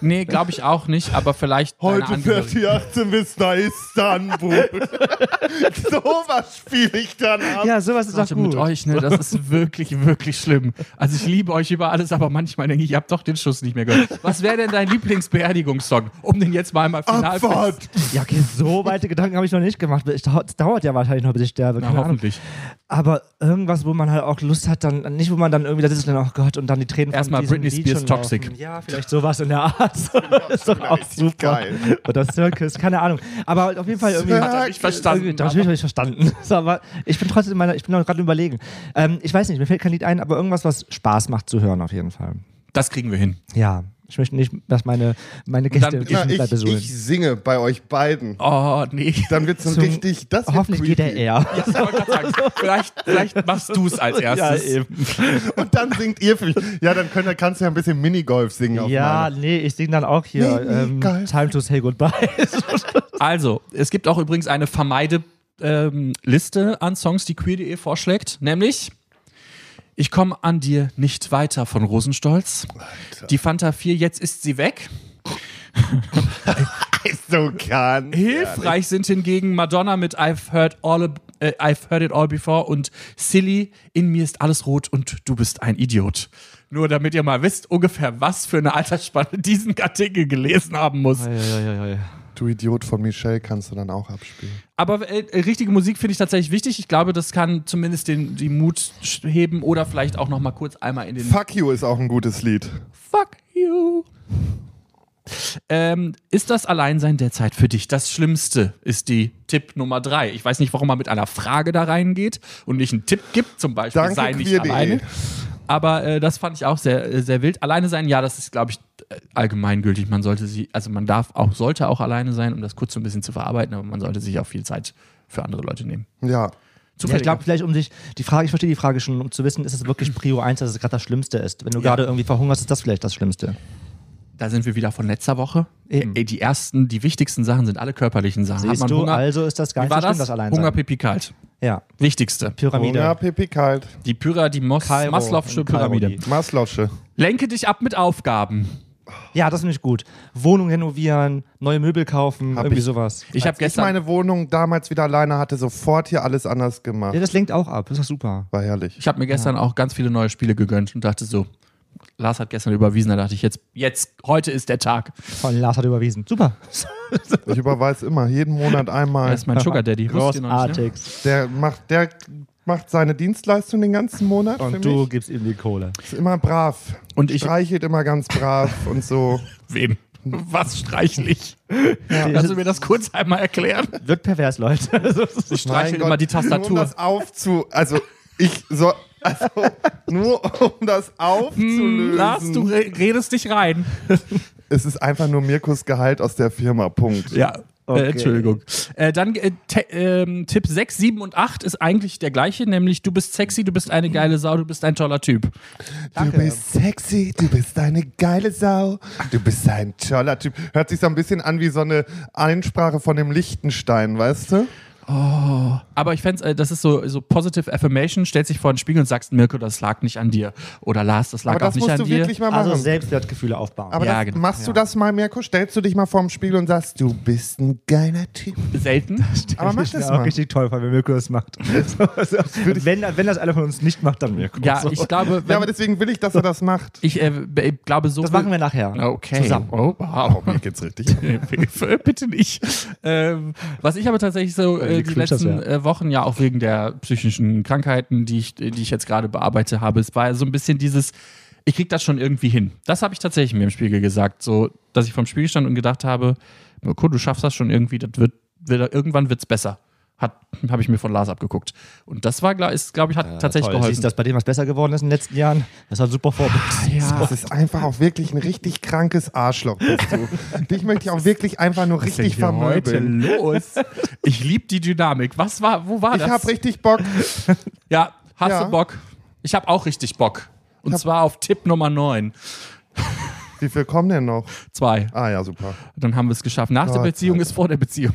Speaker 1: Nee, glaube ich auch nicht, aber vielleicht deine
Speaker 2: Heute fährt
Speaker 1: Angehörigen.
Speaker 2: die 18 bis nach Istanbul. so was spiele ich dann ab.
Speaker 3: Ja, sowas ist doch
Speaker 1: Leute, mit
Speaker 3: gut.
Speaker 1: euch, ne? Das ist wirklich, wirklich schlimm. Also ich liebe euch über alles, aber manchmal denke ich, ich habe doch den Schuss nicht mehr gehört. Was wäre denn dein Lieblingsbeerdigungssong? Um den jetzt mal einmal final fest-
Speaker 2: Abfahrt.
Speaker 3: Ja, okay, so weite Gedanken habe ich noch nicht gemacht. Es dau- es dauert ja wahrscheinlich noch, bis ich sterbe.
Speaker 1: Na,
Speaker 3: Keine Ahnung.
Speaker 1: hoffentlich.
Speaker 3: Aber irgendwas, wo man halt auch Lust hat, dann nicht, wo man dann irgendwie da sitzt und dann, oh Gott, und dann die Tränen von
Speaker 1: Erstmal
Speaker 3: diesem
Speaker 1: Britney
Speaker 3: Lied
Speaker 1: Spears
Speaker 3: schon
Speaker 1: Toxic.
Speaker 3: laufen. Ja, vielleicht sowas in der Art. ist doch auch
Speaker 2: Richtig
Speaker 3: super.
Speaker 2: geil.
Speaker 3: Oder Circus, keine Ahnung. Aber halt auf jeden Fall irgendwie.
Speaker 2: Circus.
Speaker 1: Hab ich verstanden.
Speaker 3: Irgendwie, das habe ich nicht verstanden. So, aber ich bin trotzdem in meiner, ich bin noch gerade überlegen. Ähm, ich weiß nicht, mir fällt kein Lied ein, aber irgendwas, was Spaß macht zu hören, auf jeden Fall.
Speaker 1: Das kriegen wir hin.
Speaker 3: Ja. Ich möchte nicht, dass meine, meine
Speaker 1: dann-
Speaker 3: Gäste
Speaker 1: Na,
Speaker 2: Na,
Speaker 3: mich
Speaker 2: ich,
Speaker 3: besohlen.
Speaker 2: ich singe bei euch beiden.
Speaker 1: Oh, nee.
Speaker 2: Dann wird's ein
Speaker 3: Zum-
Speaker 2: richtig. Das wird
Speaker 3: Hoffentlich geht er
Speaker 2: creepy.
Speaker 3: eher.
Speaker 1: Ja, ich wollte gerade sagen, vielleicht, vielleicht machst du es als erstes.
Speaker 3: eben.
Speaker 2: Und dann singt ihr für mich. Ja, dann könnt, ihr- kannst du ja ein bisschen Minigolf singen auf
Speaker 3: Ja,
Speaker 2: meiner-
Speaker 3: nee, ich singe dann auch hier
Speaker 2: Nee, nee,
Speaker 3: ähm,
Speaker 2: geil.
Speaker 3: Time to say goodbye.
Speaker 1: Also, es gibt auch übrigens eine vermeide ähm, Liste an Songs, die queer.de vorschlägt, nämlich Ich komme an dir nicht weiter von Rosenstolz. Die Fanta 4, jetzt ist sie weg.
Speaker 2: So kann.
Speaker 1: Hilfreich sind hingegen Madonna mit I've heard, all ab- äh, I've heard it all before und Silly, in mir ist alles rot und du bist ein Idiot. Nur damit ihr mal wisst, ungefähr was für eine Altersspanne diesen Artikel gelesen haben muss.
Speaker 2: Du Idiot von Michelle kannst du dann auch abspielen.
Speaker 1: Aber äh, äh, richtige Musik finde ich tatsächlich wichtig. Ich glaube, das kann zumindest den, die Mut sch- heben oder vielleicht auch noch mal kurz einmal in den
Speaker 2: Fuck you ist auch ein gutes Lied.
Speaker 1: Fuck you. Ähm, ist das Alleinsein derzeit für dich das Schlimmste? Ist die Tipp Nummer drei. Ich weiß nicht, warum man mit einer Frage da reingeht und nicht einen Tipp gibt, zum Beispiel
Speaker 2: Danke,
Speaker 1: sei nicht
Speaker 2: queer.de.
Speaker 1: alleine. Aber äh, das fand ich auch sehr, äh, sehr wild. Alleine sein, ja, das ist, glaube ich, äh, allgemeingültig. Man sollte sie, also man darf auch, sollte auch alleine sein, um das kurz so ein bisschen zu verarbeiten, aber man sollte sich auch viel Zeit für andere Leute nehmen.
Speaker 2: Ja.
Speaker 3: Ja, ich
Speaker 1: Zufälliger.
Speaker 3: glaube, vielleicht um sich die Frage, ich verstehe die Frage schon, um zu wissen, ist es wirklich Prio 1, dass es gerade das Schlimmste ist. Wenn du gerade irgendwie verhungerst, ist das vielleicht das Schlimmste.
Speaker 1: da sind wir wieder von letzter Woche.
Speaker 3: Eben.
Speaker 1: Äh, Die ersten, die wichtigsten Sachen sind alle körperlichen Sachen.
Speaker 3: Hm. Siehst du, also ist das gar
Speaker 1: Wie
Speaker 3: nicht
Speaker 1: war
Speaker 3: so
Speaker 1: das?
Speaker 3: schlimm, das Alleinsein.
Speaker 1: Hunger, Pipi, kalt.
Speaker 3: Ja,
Speaker 1: Wichtigste.
Speaker 3: Pyramide.
Speaker 2: Ja, Pipi kalt.
Speaker 1: Die Pyra, die Mos
Speaker 3: Kairo,
Speaker 1: Maslow'sche
Speaker 3: in Kairo
Speaker 1: Pyramide.
Speaker 3: die.
Speaker 2: Maslow'sche.
Speaker 1: Lenke dich ab mit Aufgaben.
Speaker 3: Ja, das finde ich gut. Wohnung renovieren, neue Möbel kaufen,
Speaker 2: Hab
Speaker 3: irgendwie
Speaker 2: ich-
Speaker 3: sowas.
Speaker 1: Ich habe
Speaker 2: Ich
Speaker 1: gestern.
Speaker 2: meine Wohnung damals wieder alleine hatte, sofort hier alles anders
Speaker 3: Ja,
Speaker 2: gemacht.
Speaker 3: das lenkt auch ab. Das ist doch super.
Speaker 2: War herrlich.
Speaker 1: Ich habe mir gestern auch ganz viele neue Spiele gegönnt und dachte so, Lars hat gestern überwiesen, da dachte ich jetzt, jetzt, heute ist der Tag.
Speaker 3: Von Lars hat überwiesen. Super.
Speaker 2: Ich überweise immer, jeden Monat einmal.
Speaker 1: Das ist mein Sugar Daddy. Wusst ihr noch nicht, ne?
Speaker 3: Großartig.
Speaker 2: Der macht, der macht seine Dienstleistung den ganzen Monat. für
Speaker 3: Und du
Speaker 2: mich.
Speaker 3: gibst ihm die Kohle.
Speaker 2: ist immer brav.
Speaker 1: Und ich-
Speaker 2: streichelt immer ganz brav und so.
Speaker 1: Wem? Was streichle ich? Kannst du mir das kurz einmal erklären?
Speaker 3: Wird pervers, Leute.
Speaker 1: Ich
Speaker 2: Mein
Speaker 1: streichle
Speaker 2: Gott,
Speaker 1: immer die
Speaker 2: Nur um
Speaker 1: Tastatur.
Speaker 2: das aufzu. Also, ich so. Also, nur um das aufzulösen.
Speaker 1: Lars, Hm, du re redest dich rein.
Speaker 2: Es ist einfach nur Mirkus Gehalt aus der Firma. Punkt.
Speaker 1: Ja. Äh,
Speaker 3: Okay.
Speaker 1: Entschuldigung. Äh, dann äh, te- ähm, Tipp 6, 7 und 8 ist eigentlich der gleiche, nämlich du bist sexy, du bist eine geile Sau, du bist ein toller Typ.
Speaker 2: Du bist sexy, du bist eine geile Sau, du bist ein toller Typ. Hört sich so ein bisschen an wie so eine Einsprache von dem Lichtenstein, weißt du?
Speaker 1: Aber ich fände äh, das ist so, so positive Affirmation, stellst dich vor den Spiegel und sagst, Mirko, das lag nicht an dir. Oder Lars, das lag
Speaker 2: Aber
Speaker 1: auch
Speaker 2: das
Speaker 1: nicht
Speaker 2: musst
Speaker 1: an
Speaker 2: du
Speaker 1: dir.
Speaker 2: wirklich mal machen.
Speaker 3: Also Selbstwertgefühle aufbauen.
Speaker 2: Aber
Speaker 1: Ja,
Speaker 2: das,
Speaker 1: genau.
Speaker 2: machst du das mal, Mirko? Stellst du dich mal vorm Spiegel und sagst, du bist ein geiler Typ.
Speaker 1: Selten.
Speaker 2: Aber mach
Speaker 3: ich mir
Speaker 2: das
Speaker 3: auch
Speaker 2: mal.
Speaker 3: richtig toll, weil wenn Mirko das macht. So, so. wenn, wenn das einer von uns nicht macht, dann Mirko.
Speaker 1: Ja,
Speaker 3: so.
Speaker 1: ich glaube,
Speaker 2: Ja, aber
Speaker 1: wenn,
Speaker 2: deswegen will ich, dass er das macht.
Speaker 1: ich äh, b- glaube so.
Speaker 3: das
Speaker 1: viel-
Speaker 3: machen wir nachher.
Speaker 1: Okay.
Speaker 3: Zusammen.
Speaker 1: Oh, wow.
Speaker 2: Mir geht's richtig.
Speaker 1: Hilfe, bitte nicht. Ähm, was ich aber tatsächlich so äh,
Speaker 3: Wie
Speaker 1: die
Speaker 3: cringe das
Speaker 1: letzten äh, Wochen ja auch wegen der psychischen Krankheiten, die ich, äh, die ich jetzt gerade bearbeite habe, es war so ein bisschen dieses, ich krieg das schon irgendwie hin. Das habe ich tatsächlich mir im Spiegel gesagt, so, dass ich vom Spiegel stand und gedacht habe, Mirko, du schaffst das schon irgendwie, das wird, wird irgendwann wird's besser. Hat, habe ich mir von Lars abgeguckt. Und das war, glaub- ist, glaube ich, hat tatsächlich
Speaker 3: Toll. Siehst
Speaker 1: geholfen.
Speaker 3: du, dass bei dem was besser geworden ist in den letzten Jahren? Das war ein super Vorbild.
Speaker 1: ja.
Speaker 2: Das ist einfach auch wirklich ein richtig krankes Arschloch, bist du. Dich möchte ich auch wirklich einfach nur
Speaker 1: Was ist denn
Speaker 2: richtig
Speaker 1: hier heute
Speaker 2: vermöbeln.
Speaker 1: los? Ich liebe die Dynamik. Was war, wo war
Speaker 2: Ich
Speaker 1: das?
Speaker 2: hab richtig Bock.
Speaker 1: Ja, hast
Speaker 2: Ja.
Speaker 1: du Bock? Ich habe auch richtig Bock. Und zwar auf Tipp Nummer 9.
Speaker 2: Wie viel kommen denn noch?
Speaker 1: Zwei.
Speaker 2: Ah ja, super.
Speaker 1: Dann haben wir es geschafft. Nach der
Speaker 2: Gott,
Speaker 1: Beziehung ist vor der Beziehung.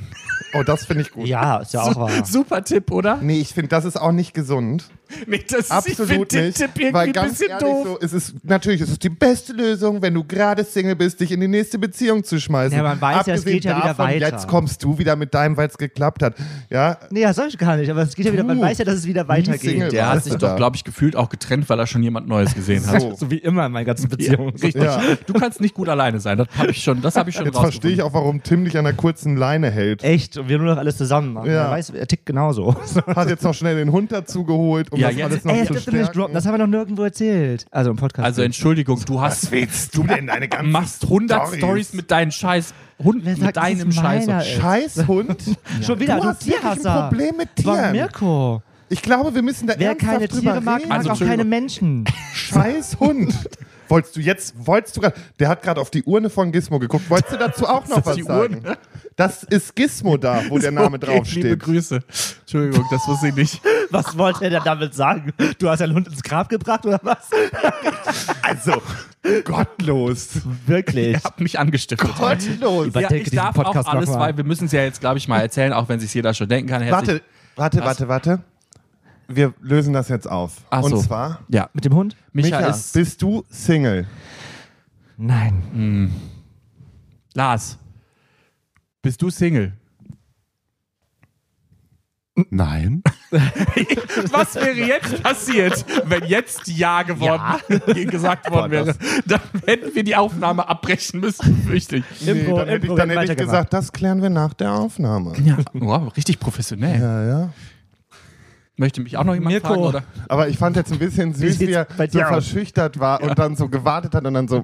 Speaker 2: Oh, das finde ich gut.
Speaker 3: ja, ist ja auch wahr.
Speaker 1: Super Tipp, oder?
Speaker 2: Nee, ich finde, das ist auch nicht gesund.
Speaker 1: Nee, das ist, Also ich
Speaker 2: Absolut
Speaker 1: find den
Speaker 2: nicht.
Speaker 1: Tipp irgendwie
Speaker 2: weil
Speaker 1: ein
Speaker 2: ganz
Speaker 1: bisschen
Speaker 2: ehrlich,
Speaker 1: doof.
Speaker 2: so, es ist natürlich, es ist die beste Lösung, wenn du gerade Single bist, dich in die nächste Beziehung zu schmeißen.
Speaker 3: Ja, man weiß ja, es
Speaker 2: Abgesehen
Speaker 3: geht ja wieder
Speaker 2: davon,
Speaker 3: weiter.
Speaker 2: Jetzt kommst du wieder mit deinem, weil es geklappt hat. Ja,
Speaker 3: Nee, das sag ich gar nicht, aber es geht ja wieder, man
Speaker 2: Du,
Speaker 3: weiß ja, dass es wieder
Speaker 2: Single
Speaker 3: weitergeht.
Speaker 1: der
Speaker 2: war.
Speaker 1: hat sich doch, glaube ich, gefühlt auch getrennt, weil er schon jemand Neues gesehen hat.
Speaker 2: so.
Speaker 3: So wie immer in meinen ganzen Beziehungen.
Speaker 1: Richtig.
Speaker 2: Ja.
Speaker 1: Du kannst nicht gut alleine sein. Das habe ich schon, das hab ich schon
Speaker 2: Jetzt verstehe ich auch, warum Tim dich an der kurzen Leine hält.
Speaker 3: Echt, und wir nur noch alles zusammen machen.
Speaker 2: Ja.
Speaker 3: Ja. weiß, er tickt genauso.
Speaker 2: Hat jetzt noch schnell den Hund dazugeholt, um
Speaker 1: Ja,
Speaker 2: das
Speaker 1: jetzt-
Speaker 2: alles noch
Speaker 3: Ey, das
Speaker 2: zu
Speaker 3: dürft ihr nicht droppen,
Speaker 2: stärken.
Speaker 3: das haben wir noch nirgendwo erzählt. Also im Podcast.
Speaker 1: Also Entschuldigung, du hast
Speaker 2: willst du denn deine ganzen
Speaker 1: machst 100
Speaker 2: Storys?
Speaker 1: Stories mit deinen Scheiß Hund
Speaker 3: Wer
Speaker 1: mit
Speaker 3: sagt, dass es
Speaker 1: deinem Scheiß.
Speaker 3: meiner ist?
Speaker 2: Scheiß Hund.
Speaker 3: Schon wieder,
Speaker 2: Du hast wirklich ein
Speaker 3: Tierhasser.
Speaker 2: Problem mit
Speaker 3: Warum
Speaker 2: Tieren.
Speaker 3: Mirko?
Speaker 2: Ich glaube, wir müssen da
Speaker 3: Wer
Speaker 2: ernsthaft
Speaker 3: keine
Speaker 2: drüber
Speaker 3: Tiere mag,
Speaker 2: reden.
Speaker 3: mag
Speaker 1: Also
Speaker 3: auch keine Menschen.
Speaker 2: Scheiß Hund. Wolltest du jetzt, wolltest du gerade, der hat gerade auf die Urne von Gizmo geguckt. Wolltest du dazu auch noch
Speaker 1: das
Speaker 2: was
Speaker 1: die
Speaker 2: sagen?
Speaker 1: Urne?
Speaker 2: Das ist Gizmo da, wo der Name
Speaker 1: Okay, Liebe
Speaker 2: draufsteht.
Speaker 1: Grüße. Entschuldigung, das wusste ich nicht.
Speaker 3: Was wollte er denn damit sagen? Du hast einen Hund ins Grab gebracht oder was?
Speaker 2: Also, gottlos.
Speaker 3: Wirklich.
Speaker 1: Ich hab mich angestimmt.
Speaker 2: Gottlos.
Speaker 3: Über-
Speaker 1: Ja,
Speaker 3: Überdenke
Speaker 1: ich
Speaker 3: diesen
Speaker 1: darf
Speaker 3: Podcast
Speaker 1: auch alles,
Speaker 3: noch mal.
Speaker 1: weil wir müssen es ja jetzt, glaube ich, mal erzählen, auch wenn sich jeder schon denken kann. Herzlich-
Speaker 2: Warte, warte, warte, warte. Wir lösen das jetzt auf.
Speaker 1: Ach
Speaker 2: Und
Speaker 1: so.
Speaker 2: zwar,
Speaker 1: Ja,
Speaker 3: Mit dem Hund?
Speaker 1: Micha,
Speaker 2: Micha,
Speaker 1: ist
Speaker 2: bist du Single?
Speaker 3: Nein.
Speaker 1: Lars. Bist du Single?
Speaker 6: Nein.
Speaker 1: Was wäre jetzt passiert, wenn jetzt Ja geworden gesagt worden wäre? Dann hätten wir die Aufnahme abbrechen müssen, fürchte ich.
Speaker 3: Impro,
Speaker 2: dann hätte ich,
Speaker 3: Impro, genau.
Speaker 2: dann
Speaker 3: wird
Speaker 2: hätte ich
Speaker 3: weitergemacht.
Speaker 2: gesagt, das klären wir nach der Aufnahme.
Speaker 1: Ja, wow, richtig professionell.
Speaker 2: Ja, ja.
Speaker 1: Möchte mich auch noch jemand
Speaker 3: Mirko.
Speaker 1: fragen? Oder?
Speaker 2: Aber ich fand jetzt ein bisschen süß,
Speaker 3: Wie
Speaker 2: wie er
Speaker 3: sieht's bei
Speaker 2: so
Speaker 3: dir aus?
Speaker 2: verschüchtert war und dann so gewartet hat und dann so.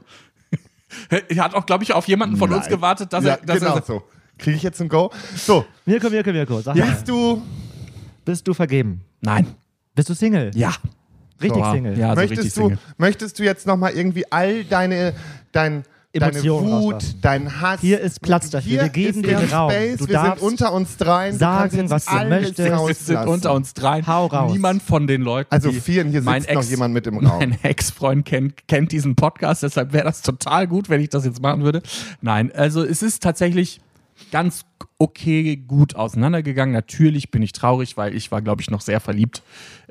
Speaker 1: Er hat auch, glaube ich, auf jemanden von uns
Speaker 2: nein.
Speaker 1: gewartet, dass
Speaker 2: ja,
Speaker 1: er. Dass
Speaker 2: genau
Speaker 1: er
Speaker 2: so. Kriege ich jetzt ein Go? So,
Speaker 3: Mirko, Mirko, Mirko, sag mal,
Speaker 2: bist du,
Speaker 3: bist du vergeben?
Speaker 1: Nein.
Speaker 3: Bist du Single?
Speaker 1: Ja.
Speaker 3: Richtig
Speaker 1: Ja, Ja,
Speaker 3: Single.
Speaker 1: so Also richtig
Speaker 2: möchtest, du
Speaker 1: Single.
Speaker 2: möchtest du jetzt nochmal irgendwie all deine, dein, deine
Speaker 3: Emotionen
Speaker 2: Wut,
Speaker 3: rauslassen.
Speaker 2: dein Hass.
Speaker 3: Hier ist Platz dafür.
Speaker 2: Hier
Speaker 3: Wir geben
Speaker 2: ist
Speaker 3: dir
Speaker 2: der
Speaker 3: Raum.
Speaker 2: Space,
Speaker 3: Du
Speaker 2: wir sind
Speaker 3: darfst
Speaker 2: unter uns dreien. Du
Speaker 3: sagen,
Speaker 2: kannst jetzt
Speaker 3: was du
Speaker 2: alles
Speaker 3: möchtest. Wir sind
Speaker 1: Wir sind
Speaker 2: rauslassen.
Speaker 1: unter uns dreien.
Speaker 3: Hau raus.
Speaker 1: Niemand von den Leuten.
Speaker 2: Also
Speaker 1: die
Speaker 2: vielen, hier sitzt
Speaker 1: mein
Speaker 2: noch
Speaker 1: Ex-
Speaker 2: jemand mit im Raum.
Speaker 1: Mein Ex-Freund kennt, kennt diesen Podcast, deshalb wäre das total gut, wenn ich das jetzt machen würde. Nein, also es ist tatsächlich ganz okay gut auseinandergegangen. Natürlich bin ich traurig, weil ich war, glaube ich, noch sehr verliebt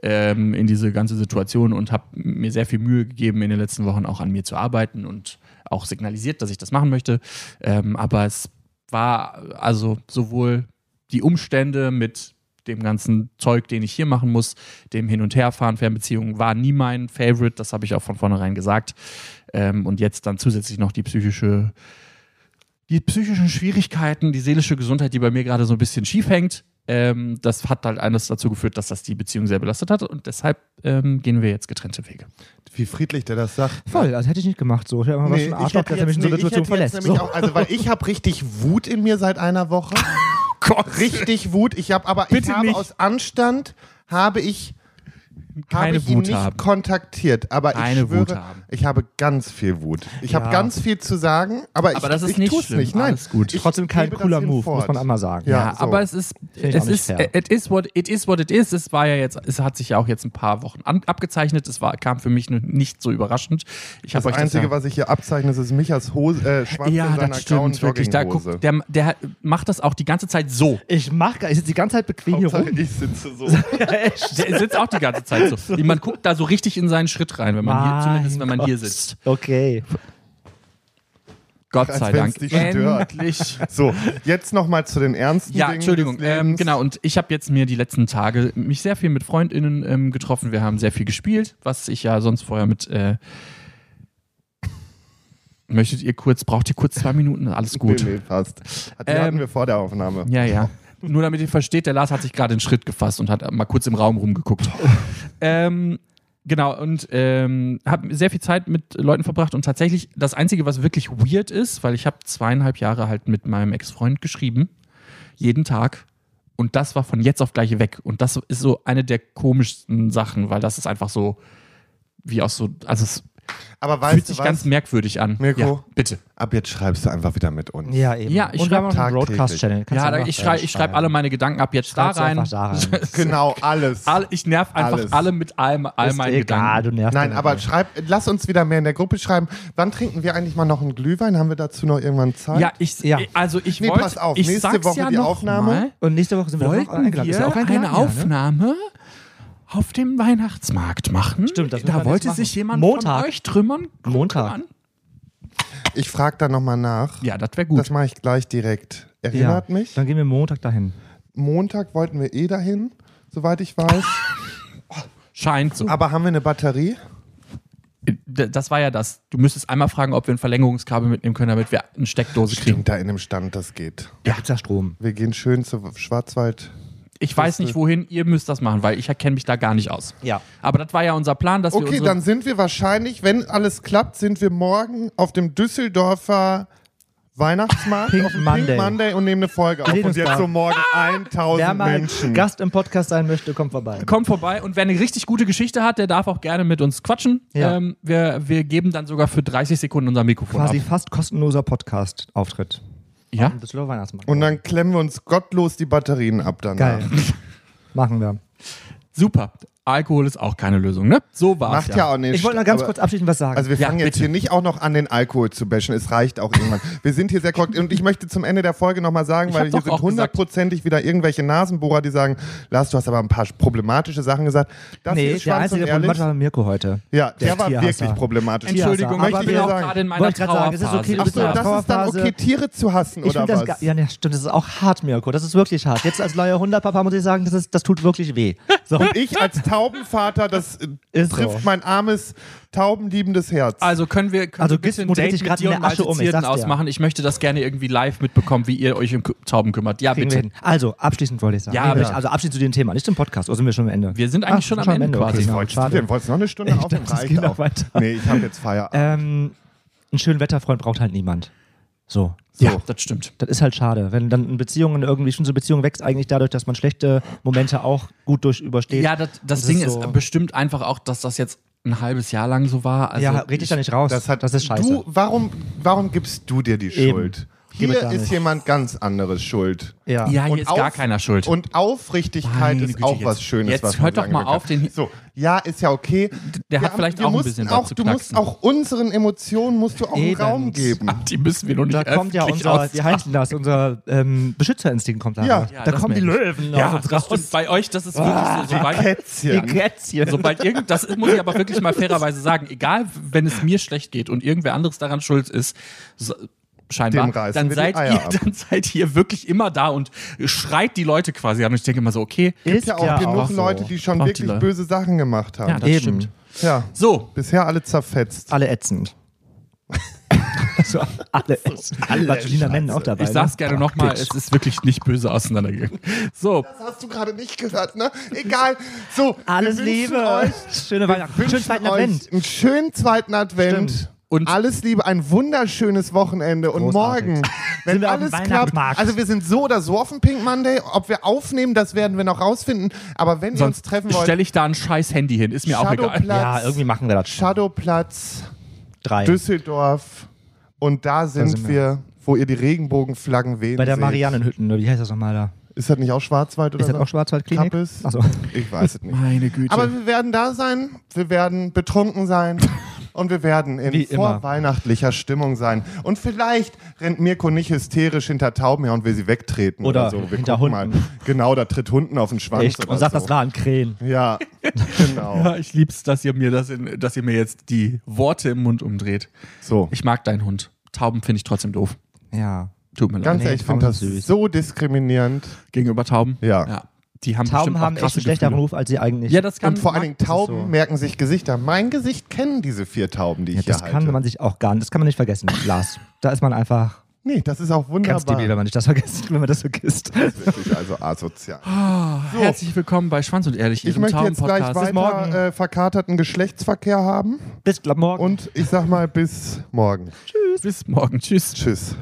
Speaker 1: ähm, in diese ganze Situation und habe mir sehr viel Mühe gegeben, in den letzten Wochen auch an mir zu arbeiten und auch signalisiert, dass ich das machen möchte. Ähm, aber es war also sowohl die Umstände mit dem ganzen Zeug, den ich hier machen muss, dem Hin- und Herfahren, Fernbeziehungen, war nie mein Favorite, das habe ich auch von vornherein gesagt. Ähm, und jetzt dann zusätzlich noch die psychische, die psychischen Schwierigkeiten, die seelische Gesundheit, die bei mir gerade so ein bisschen schief hängt. Ähm, das hat halt eines dazu geführt, dass das die Beziehung sehr belastet hat und deshalb ähm, gehen wir jetzt getrennte Wege.
Speaker 2: Wie friedlich der das sagt.
Speaker 3: Voll, also hätte ich nicht gemacht so. Ich hätte mal was
Speaker 2: Nee,
Speaker 3: für ein
Speaker 2: ich
Speaker 3: Arschloch,
Speaker 2: hätte
Speaker 3: dass er mich in so einer
Speaker 2: nee, ich
Speaker 3: Situation
Speaker 2: hätte jetzt
Speaker 3: verlässt.
Speaker 2: nämlich
Speaker 3: So.
Speaker 2: Auch, also, weil ich habe richtig Wut in mir seit einer Woche. Gott. Richtig Wut. Ich habe aber
Speaker 1: Bitte
Speaker 2: ich habe
Speaker 1: nicht.
Speaker 2: aus Anstand habe ich habe
Speaker 1: Keine
Speaker 2: ich ihn
Speaker 1: Wut
Speaker 2: nicht
Speaker 1: haben.
Speaker 2: kontaktiert, aber
Speaker 1: Keine
Speaker 2: ich schwöre,
Speaker 1: Wut haben.
Speaker 2: ich habe ganz viel Wut. Ich habe ganz viel zu sagen, aber,
Speaker 1: Aber
Speaker 2: ich,
Speaker 1: das ist
Speaker 2: ich
Speaker 1: nicht
Speaker 2: tu's
Speaker 1: schlimm.
Speaker 2: nicht. Nein,
Speaker 1: Alles gut.
Speaker 2: Ich
Speaker 3: Trotzdem kein
Speaker 2: gebe das
Speaker 3: cooler
Speaker 2: hin
Speaker 3: Move,
Speaker 2: fort.
Speaker 3: muss man einmal sagen.
Speaker 2: Ja.
Speaker 1: Ja,
Speaker 2: so.
Speaker 1: aber es ist,
Speaker 3: ich
Speaker 1: es
Speaker 3: auch nicht
Speaker 1: ist, äh,
Speaker 3: fair.
Speaker 1: it is what it is what it is. Es war ja jetzt, es hat sich ja auch jetzt ein paar Wochen an, abgezeichnet. Es war, kam für mich nur nicht so überraschend. Ich
Speaker 2: Das
Speaker 1: habe euch das
Speaker 2: Einzige,
Speaker 1: ja,
Speaker 2: was ich hier abzeichne, ist Michas Hose, äh, Schwanz in
Speaker 1: ja,
Speaker 2: seiner
Speaker 1: das
Speaker 2: grauen
Speaker 1: stimmt wirklich. Da
Speaker 2: Jogginghose.
Speaker 1: guckt, der, der macht das auch die ganze Zeit so.
Speaker 3: Ich mach gar, ich sitze die ganze Zeit bequem hier
Speaker 2: Hauptsache,
Speaker 3: rum.
Speaker 2: ich sitze so.
Speaker 1: Der sitzt auch die ganze Zeit so. Man guckt da so richtig in seinen Schritt rein, wenn man hier,
Speaker 3: Mein
Speaker 1: zumindest wenn man hier
Speaker 3: Gott.
Speaker 1: sitzt.
Speaker 3: Okay.
Speaker 1: Gott
Speaker 2: Als
Speaker 1: sei
Speaker 2: wenn's
Speaker 1: Dank.
Speaker 2: dich stört.
Speaker 1: Endlich.
Speaker 2: So, jetzt nochmal zu den ernsten
Speaker 1: Ja,
Speaker 2: Dingen
Speaker 1: Entschuldigung.
Speaker 2: des
Speaker 1: Ähm,
Speaker 2: Lebens.
Speaker 1: genau, und ich habe jetzt mir die letzten Tage mich sehr viel mit FreundInnen ähm, getroffen. Wir haben sehr viel gespielt, was ich ja sonst vorher mit. Äh, Möchtet ihr kurz, braucht ihr kurz zwei Minuten? Alles gut.
Speaker 2: Nee, nee, passt. Die
Speaker 1: Ähm,
Speaker 2: hatten wir vor der Aufnahme.
Speaker 1: Ja, ja. Nur damit ihr versteht, der Lars hat sich gerade einen Schritt gefasst und hat mal kurz im Raum rumgeguckt. ähm, genau, und ähm, habe sehr viel Zeit mit Leuten verbracht und tatsächlich das Einzige, was wirklich weird ist, weil ich habe zweieinhalb Jahre halt mit meinem Ex-Freund geschrieben, jeden Tag. Und das war von jetzt auf gleich weg. Und das ist so eine der komischsten Sachen, weil das ist einfach so, wie aus so, also es
Speaker 2: Aber
Speaker 1: fühlt
Speaker 2: weißt du
Speaker 1: sich
Speaker 2: was?
Speaker 1: ganz merkwürdig an.
Speaker 2: Mirko?
Speaker 1: Ja, bitte.
Speaker 2: Ab jetzt schreibst du einfach wieder mit uns.
Speaker 3: Ja, eben.
Speaker 1: Ja, ich
Speaker 3: Und wir haben auch noch einen
Speaker 2: tagtäglich.
Speaker 3: Broadcast-Channel. Kannst
Speaker 1: ja,
Speaker 3: du
Speaker 1: da,
Speaker 3: einfach
Speaker 1: ich schreibe schreib
Speaker 3: schreiben.
Speaker 1: alle meine Gedanken ab jetzt da
Speaker 3: Schreib's
Speaker 1: rein.
Speaker 3: einfach da rein.
Speaker 2: Genau, alles.
Speaker 1: Alle, ich nerv einfach
Speaker 2: Alles.
Speaker 1: alle mit allem, all
Speaker 3: Ist
Speaker 1: meinen
Speaker 3: egal,
Speaker 1: Gedanken.
Speaker 3: du nervst
Speaker 2: Nein,
Speaker 3: mich
Speaker 2: aber
Speaker 3: nicht.
Speaker 2: schreib, lass uns wieder mehr in der Gruppe schreiben. Wann trinken wir eigentlich mal noch einen Glühwein? Haben wir dazu noch irgendwann Zeit?
Speaker 1: Ja, ich,
Speaker 3: Ja.
Speaker 1: also ich
Speaker 2: Nee,
Speaker 1: wollte,
Speaker 2: pass auf,
Speaker 1: ich
Speaker 2: nächste
Speaker 1: sag's
Speaker 2: Woche
Speaker 1: ja
Speaker 2: die
Speaker 1: noch
Speaker 2: Aufnahme.
Speaker 1: Mal,
Speaker 3: Und nächste Woche sind wir doch auch
Speaker 1: wollten
Speaker 3: eingeladen. Ist ja
Speaker 1: wir
Speaker 3: auch eingeladen,
Speaker 1: eine
Speaker 3: ja, ne?
Speaker 1: Aufnahme auf dem Weihnachtsmarkt machen.
Speaker 3: Stimmt, das müssen
Speaker 1: da
Speaker 3: wir
Speaker 1: wollte
Speaker 3: jetzt
Speaker 1: sich
Speaker 3: machen.
Speaker 1: jemand
Speaker 3: Montag.
Speaker 1: von euch trümmern.
Speaker 3: Montag.
Speaker 1: kümmern.
Speaker 2: Ich frage da nochmal nach.
Speaker 1: Ja, das wäre
Speaker 2: Das
Speaker 1: gut.
Speaker 2: mache ich gleich direkt.
Speaker 3: Ja.
Speaker 2: Erinnert mich?
Speaker 3: Dann gehen wir Montag dahin.
Speaker 2: Montag wollten wir eh dahin, soweit ich weiß.
Speaker 1: Scheint so.
Speaker 2: Aber haben wir eine Batterie?
Speaker 1: D- das war ja das. Du müsstest einmal fragen, ob wir ein Verlängerungskabel mitnehmen können, damit wir eine Steckdose kriegen.
Speaker 2: Stimmt da in dem Stand, das geht.
Speaker 3: Ja. Gibt's ja Strom.
Speaker 2: Wir gehen schön zu Schwarzwald.
Speaker 1: Ich weiß nicht wohin. Ihr müsst das machen, weil ich erkenne mich da gar nicht aus.
Speaker 3: Ja.
Speaker 1: Aber das war ja unser Plan, dass wir
Speaker 2: Okay,
Speaker 1: unsere
Speaker 2: dann sind wir wahrscheinlich, wenn alles klappt, sind wir morgen auf dem Düsseldorfer Weihnachtsmarkt
Speaker 3: Pink
Speaker 2: auf dem
Speaker 3: Monday.
Speaker 2: Pink Monday und nehmen eine Folge auf.
Speaker 3: Reden
Speaker 2: Und
Speaker 3: uns
Speaker 2: jetzt
Speaker 3: da. Ah!
Speaker 2: so morgen
Speaker 3: Wer
Speaker 2: 1000
Speaker 3: mal
Speaker 2: Menschen.
Speaker 3: Gast im Podcast sein möchte, kommt vorbei.
Speaker 1: Kommt vorbei und wer eine richtig gute Geschichte hat, der darf auch gerne mit uns quatschen.
Speaker 3: Ja.
Speaker 1: Ähm, wir, wir geben dann sogar für 30 Sekunden unser Mikrofon
Speaker 3: Quasi
Speaker 1: ab.
Speaker 3: fast kostenloser Podcast-Auftritt.
Speaker 1: Ja?
Speaker 3: Am Düsseldorfer Weihnachtsmarkt.
Speaker 2: Und dann klemmen wir uns gottlos die Batterien ab danach.
Speaker 3: Geil. Machen wir.
Speaker 1: Super. Alkohol ist auch keine Lösung, ne? So war's
Speaker 2: Macht ja, auch nicht.
Speaker 3: Ich wollte noch ganz
Speaker 2: aber-
Speaker 3: kurz abschließend was sagen.
Speaker 2: Also wir
Speaker 1: Ja,
Speaker 2: fangen jetzt
Speaker 1: bitte.
Speaker 2: hier nicht auch noch an, den Alkohol zu bashen. Es reicht auch irgendwann. Wir sind hier sehr korrekt. Und ich möchte zum Ende der Folge nochmal sagen,
Speaker 1: Ich
Speaker 2: weil
Speaker 1: hab
Speaker 2: hier
Speaker 1: doch
Speaker 2: sind
Speaker 1: auch gesagt-
Speaker 2: hundertprozentig wieder irgendwelche Nasenbohrer, die sagen, Lars, du hast aber ein paar problematische Sachen gesagt. Das
Speaker 3: nee,
Speaker 2: hier ist
Speaker 3: der
Speaker 2: Schwanz
Speaker 3: einzige
Speaker 2: und
Speaker 3: der Problem
Speaker 2: ehrlich.
Speaker 3: war Mirko heute.
Speaker 2: Ja, der, war
Speaker 3: Tierhasser.
Speaker 2: wirklich problematisch.
Speaker 3: Tier-
Speaker 1: Entschuldigung,
Speaker 3: aber
Speaker 1: ich bin
Speaker 3: wir-
Speaker 1: auch gerade in meiner
Speaker 3: Wollte ich grad sagen, es ist
Speaker 1: Trauerphase.
Speaker 3: okay, du
Speaker 2: Ach
Speaker 3: bist
Speaker 2: so,
Speaker 3: in der
Speaker 2: das ist dann
Speaker 3: Trauerphase.
Speaker 2: okay, Tiere zu hassen
Speaker 3: Ich
Speaker 2: oder
Speaker 3: finde das
Speaker 2: was?
Speaker 3: ga- ja, nee, stimmt, das ist auch hart, Mirko. Das ist wirklich hart. Jetzt als neuer Hunderpapa muss ich sagen, das, ist, das tut wirklich weh. So.
Speaker 2: Ich als Taubenvater, das äh,
Speaker 3: Ist so.
Speaker 2: trifft mein armes, taubenliebendes Herz.
Speaker 1: Also können wir, können
Speaker 3: Also
Speaker 1: wir bitte ein
Speaker 3: moderiert
Speaker 1: Date
Speaker 3: dich
Speaker 1: mit
Speaker 3: grad
Speaker 1: dir
Speaker 3: in
Speaker 1: und
Speaker 3: der Asche um, ich
Speaker 1: Malzezierten
Speaker 3: sag's dir.
Speaker 1: ausmachen? Ich möchte das gerne irgendwie live mitbekommen, wie ihr euch um K- Tauben kümmert. Ja,
Speaker 3: Kriegen wir
Speaker 1: bitte.
Speaker 3: hin. Also, abschließend wollte ich sagen.
Speaker 1: Ja,
Speaker 3: Nee,
Speaker 1: bitte.
Speaker 3: Also, abschließend zu dem Thema. Nicht zum Podcast, oder sind wir schon am Ende?
Speaker 1: Wir sind eigentlich schon am Ende quasi.
Speaker 3: Okay,
Speaker 2: ich
Speaker 3: genau,
Speaker 2: wollte
Speaker 3: schade.
Speaker 2: du wolltest noch eine Stunde
Speaker 3: Ich
Speaker 2: auf
Speaker 3: dachte, es geht noch weiter.
Speaker 2: Nee, ich habe jetzt Feierabend.
Speaker 3: Ähm, einen schönen Wetterfreund braucht halt niemand. So.
Speaker 1: Ja, das stimmt.
Speaker 3: Das ist halt schade, wenn dann in Beziehungen irgendwie schon so Beziehung wächst eigentlich dadurch, dass man schlechte Momente auch gut durch übersteht.
Speaker 1: Ja, das, das
Speaker 3: ist
Speaker 1: Ding
Speaker 3: so-
Speaker 1: ist äh, bestimmt einfach auch, dass das jetzt ein halbes Jahr lang so war. Also
Speaker 3: ja, red dich da nicht raus. Das,
Speaker 2: Das hat-
Speaker 3: ist scheiße.
Speaker 2: Du, warum, warum gibst du dir die
Speaker 3: Eben.
Speaker 2: Schuld?
Speaker 3: Gebe
Speaker 2: Hier
Speaker 3: gar
Speaker 2: ist
Speaker 3: nicht.
Speaker 2: jemand ganz anderes schuld.
Speaker 3: ja.
Speaker 1: ja, hier
Speaker 2: Und
Speaker 1: ist
Speaker 2: auf-
Speaker 1: gar keiner schuld.
Speaker 2: Und Aufrichtigkeit
Speaker 1: Meine
Speaker 2: ist
Speaker 1: Güte,
Speaker 2: auch
Speaker 1: jetzt-
Speaker 2: was Schönes,
Speaker 1: jetzt
Speaker 2: was
Speaker 1: hört
Speaker 2: man
Speaker 1: doch mal
Speaker 2: lange
Speaker 1: auf,
Speaker 2: gemerkt
Speaker 1: den-
Speaker 2: hat. So, ja, ist ja okay.
Speaker 1: der
Speaker 2: Wir
Speaker 1: hat vielleicht
Speaker 2: wir
Speaker 1: auch ein
Speaker 2: mussten
Speaker 1: bisschen was
Speaker 2: auch,
Speaker 1: zu
Speaker 2: Du musst
Speaker 1: knacksen.
Speaker 2: auch unseren Emotionen musst du auch einen
Speaker 3: Eben.
Speaker 2: Raum geben.
Speaker 1: Ach, die müssen wir noch nicht
Speaker 3: da kommt ja
Speaker 1: öffentlich
Speaker 3: unser,
Speaker 1: aus-
Speaker 3: wie heißt denn das, unser ähm, Beschützerinstinkt kommt da.
Speaker 2: Ja.
Speaker 3: raus.
Speaker 1: Ja,
Speaker 3: da
Speaker 1: das
Speaker 3: kommen die
Speaker 1: merke ich.
Speaker 3: Löwen
Speaker 1: Ja,
Speaker 3: aus uns
Speaker 1: das
Speaker 3: raus.
Speaker 1: stimmt. Bei euch, das ist
Speaker 2: Ah,
Speaker 1: wirklich so, sobald,
Speaker 3: Die
Speaker 2: Kätzchen.
Speaker 3: Kätzchen.
Speaker 1: sobald irgend, das muss ich aber wirklich mal fairerweise sagen, egal, wenn es mir schlecht geht und irgendwer anderes daran schuld ist, so, scheinbar,
Speaker 2: Dem reißen
Speaker 1: dann
Speaker 2: wir die
Speaker 1: seid,
Speaker 2: Eier
Speaker 1: ihr,
Speaker 2: ab.
Speaker 1: dann seid ihr wirklich immer da und schreit die Leute quasi an. Und ich denke immer so, okay,
Speaker 2: Es gibt ja auch genug
Speaker 3: so.
Speaker 2: Leute, die schon
Speaker 1: Braucht die
Speaker 2: wirklich
Speaker 1: Leute.
Speaker 2: böse Sachen gemacht
Speaker 1: ja,
Speaker 2: haben.
Speaker 1: das
Speaker 3: Eben.
Speaker 1: stimmt.
Speaker 2: Ja,
Speaker 1: So,
Speaker 2: bisher alle zerfetzt.
Speaker 3: Alle ätzend. so, alle ätzend. Alle War Julina Mennen auch dabei.
Speaker 1: ich sag's
Speaker 3: ne?
Speaker 1: gerne nochmal,
Speaker 3: Bitch.
Speaker 1: es ist wirklich nicht böse auseinandergegangen. So,
Speaker 2: Das hast du gerade nicht gehört, ne? Egal. So,
Speaker 3: Alles
Speaker 2: wir wünschen
Speaker 3: Liebe.
Speaker 2: Euch
Speaker 3: Schöne Weihnachten. Schönen
Speaker 2: wünschen
Speaker 3: zweiten
Speaker 2: euch
Speaker 3: Advent.
Speaker 2: Einen schönen zweiten Advent.
Speaker 3: Stimmt.
Speaker 1: Und-
Speaker 2: Und alles Liebe, ein wunderschönes Wochenende. Und
Speaker 3: Großartig.
Speaker 2: morgen,
Speaker 3: Sind
Speaker 2: wenn
Speaker 3: wir auf dem
Speaker 2: alles klappt.
Speaker 3: Weihnachtsmarkt.
Speaker 2: Also wir sind so oder so auf dem Pink Monday. Ob wir aufnehmen, das werden wir noch rausfinden. Aber wenn wir uns
Speaker 1: sonst
Speaker 2: treffen wollen,
Speaker 1: stelle ich da ein scheiß Handy hin, ist mir auch egal.
Speaker 2: Shadowplatz,
Speaker 3: Ja, irgendwie machen wir das.
Speaker 2: Shadowplatz,
Speaker 3: Drei.
Speaker 2: Düsseldorf. Und da sind,
Speaker 3: sind
Speaker 2: wir.
Speaker 3: wir.
Speaker 2: wo ihr die Regenbogenflaggen wehen
Speaker 3: Bei der
Speaker 2: seht.
Speaker 3: Marianenhütten, ne? wie heißt das nochmal da?
Speaker 2: Ist das nicht auch Schwarzwald oder
Speaker 3: Ist das
Speaker 2: so?
Speaker 3: auch Schwarzwaldklinik?
Speaker 2: Kappes?
Speaker 3: Ach so.
Speaker 2: Ich weiß es nicht.
Speaker 1: Meine Güte.
Speaker 2: Aber wir werden da sein, wir werden betrunken sein und wir werden
Speaker 3: Wie
Speaker 2: in
Speaker 3: immer.
Speaker 2: vorweihnachtlicher Stimmung sein. Und vielleicht rennt Mirko nicht hysterisch hinter Tauben her und will sie wegtreten oder,
Speaker 3: Oder
Speaker 2: so. Wir
Speaker 3: hinter
Speaker 2: gucken
Speaker 3: Hunden.
Speaker 2: Genau, da tritt Hunden auf den Schwanz.
Speaker 3: Echt?
Speaker 2: oder
Speaker 3: Und sagt,
Speaker 2: so.
Speaker 3: das war ein Krähen.
Speaker 2: Ja, genau.
Speaker 1: Ja, ich lieb's, dass ihr mir das in, dass ihr mir jetzt die Worte im Mund umdreht.
Speaker 2: So.
Speaker 1: Ich mag deinen Hund. Tauben finde ich trotzdem doof.
Speaker 3: Ja.
Speaker 1: Tut mir
Speaker 2: Ganz
Speaker 1: leid.
Speaker 2: ehrlich, ich finde das
Speaker 3: Tauben sind süß.
Speaker 2: so diskriminierend.
Speaker 1: Gegenüber Tauben.
Speaker 2: Ja.
Speaker 1: Die haben
Speaker 3: Tauben
Speaker 1: bestimmt
Speaker 3: haben
Speaker 1: auch
Speaker 3: echt
Speaker 1: krasse
Speaker 3: einen schlechteren
Speaker 1: Gefühle.
Speaker 3: Ruf, als sie eigentlich.
Speaker 1: Ja, das kann
Speaker 2: Und vor allen
Speaker 1: mag-
Speaker 2: Dingen Tauben
Speaker 3: so.
Speaker 2: merken sich Gesichter. Mein Gesicht kennen diese vier Tauben, die ich
Speaker 3: das
Speaker 2: hier
Speaker 3: kann
Speaker 2: halte.
Speaker 3: man sich auch gar nicht. Das kann man nicht vergessen, Lars. Da ist man einfach
Speaker 2: nee, das ist auch
Speaker 3: ganz debil, wenn
Speaker 2: wunderbar.
Speaker 3: man nicht das vergisst, wenn man das vergisst.
Speaker 2: Das ist wirklich also asozial.
Speaker 3: Ah,
Speaker 1: Herzlich willkommen bei Schwanz und Ehrlich,
Speaker 2: Ich
Speaker 1: ihrem
Speaker 2: möchte jetzt
Speaker 1: Tauben-Podcast.
Speaker 2: gleich weiter äh, verkaterten Geschlechtsverkehr haben.
Speaker 3: Bis glaub, morgen.
Speaker 2: Und ich sag mal bis morgen.
Speaker 1: Bis morgen. Tschüss.
Speaker 2: Tschüss.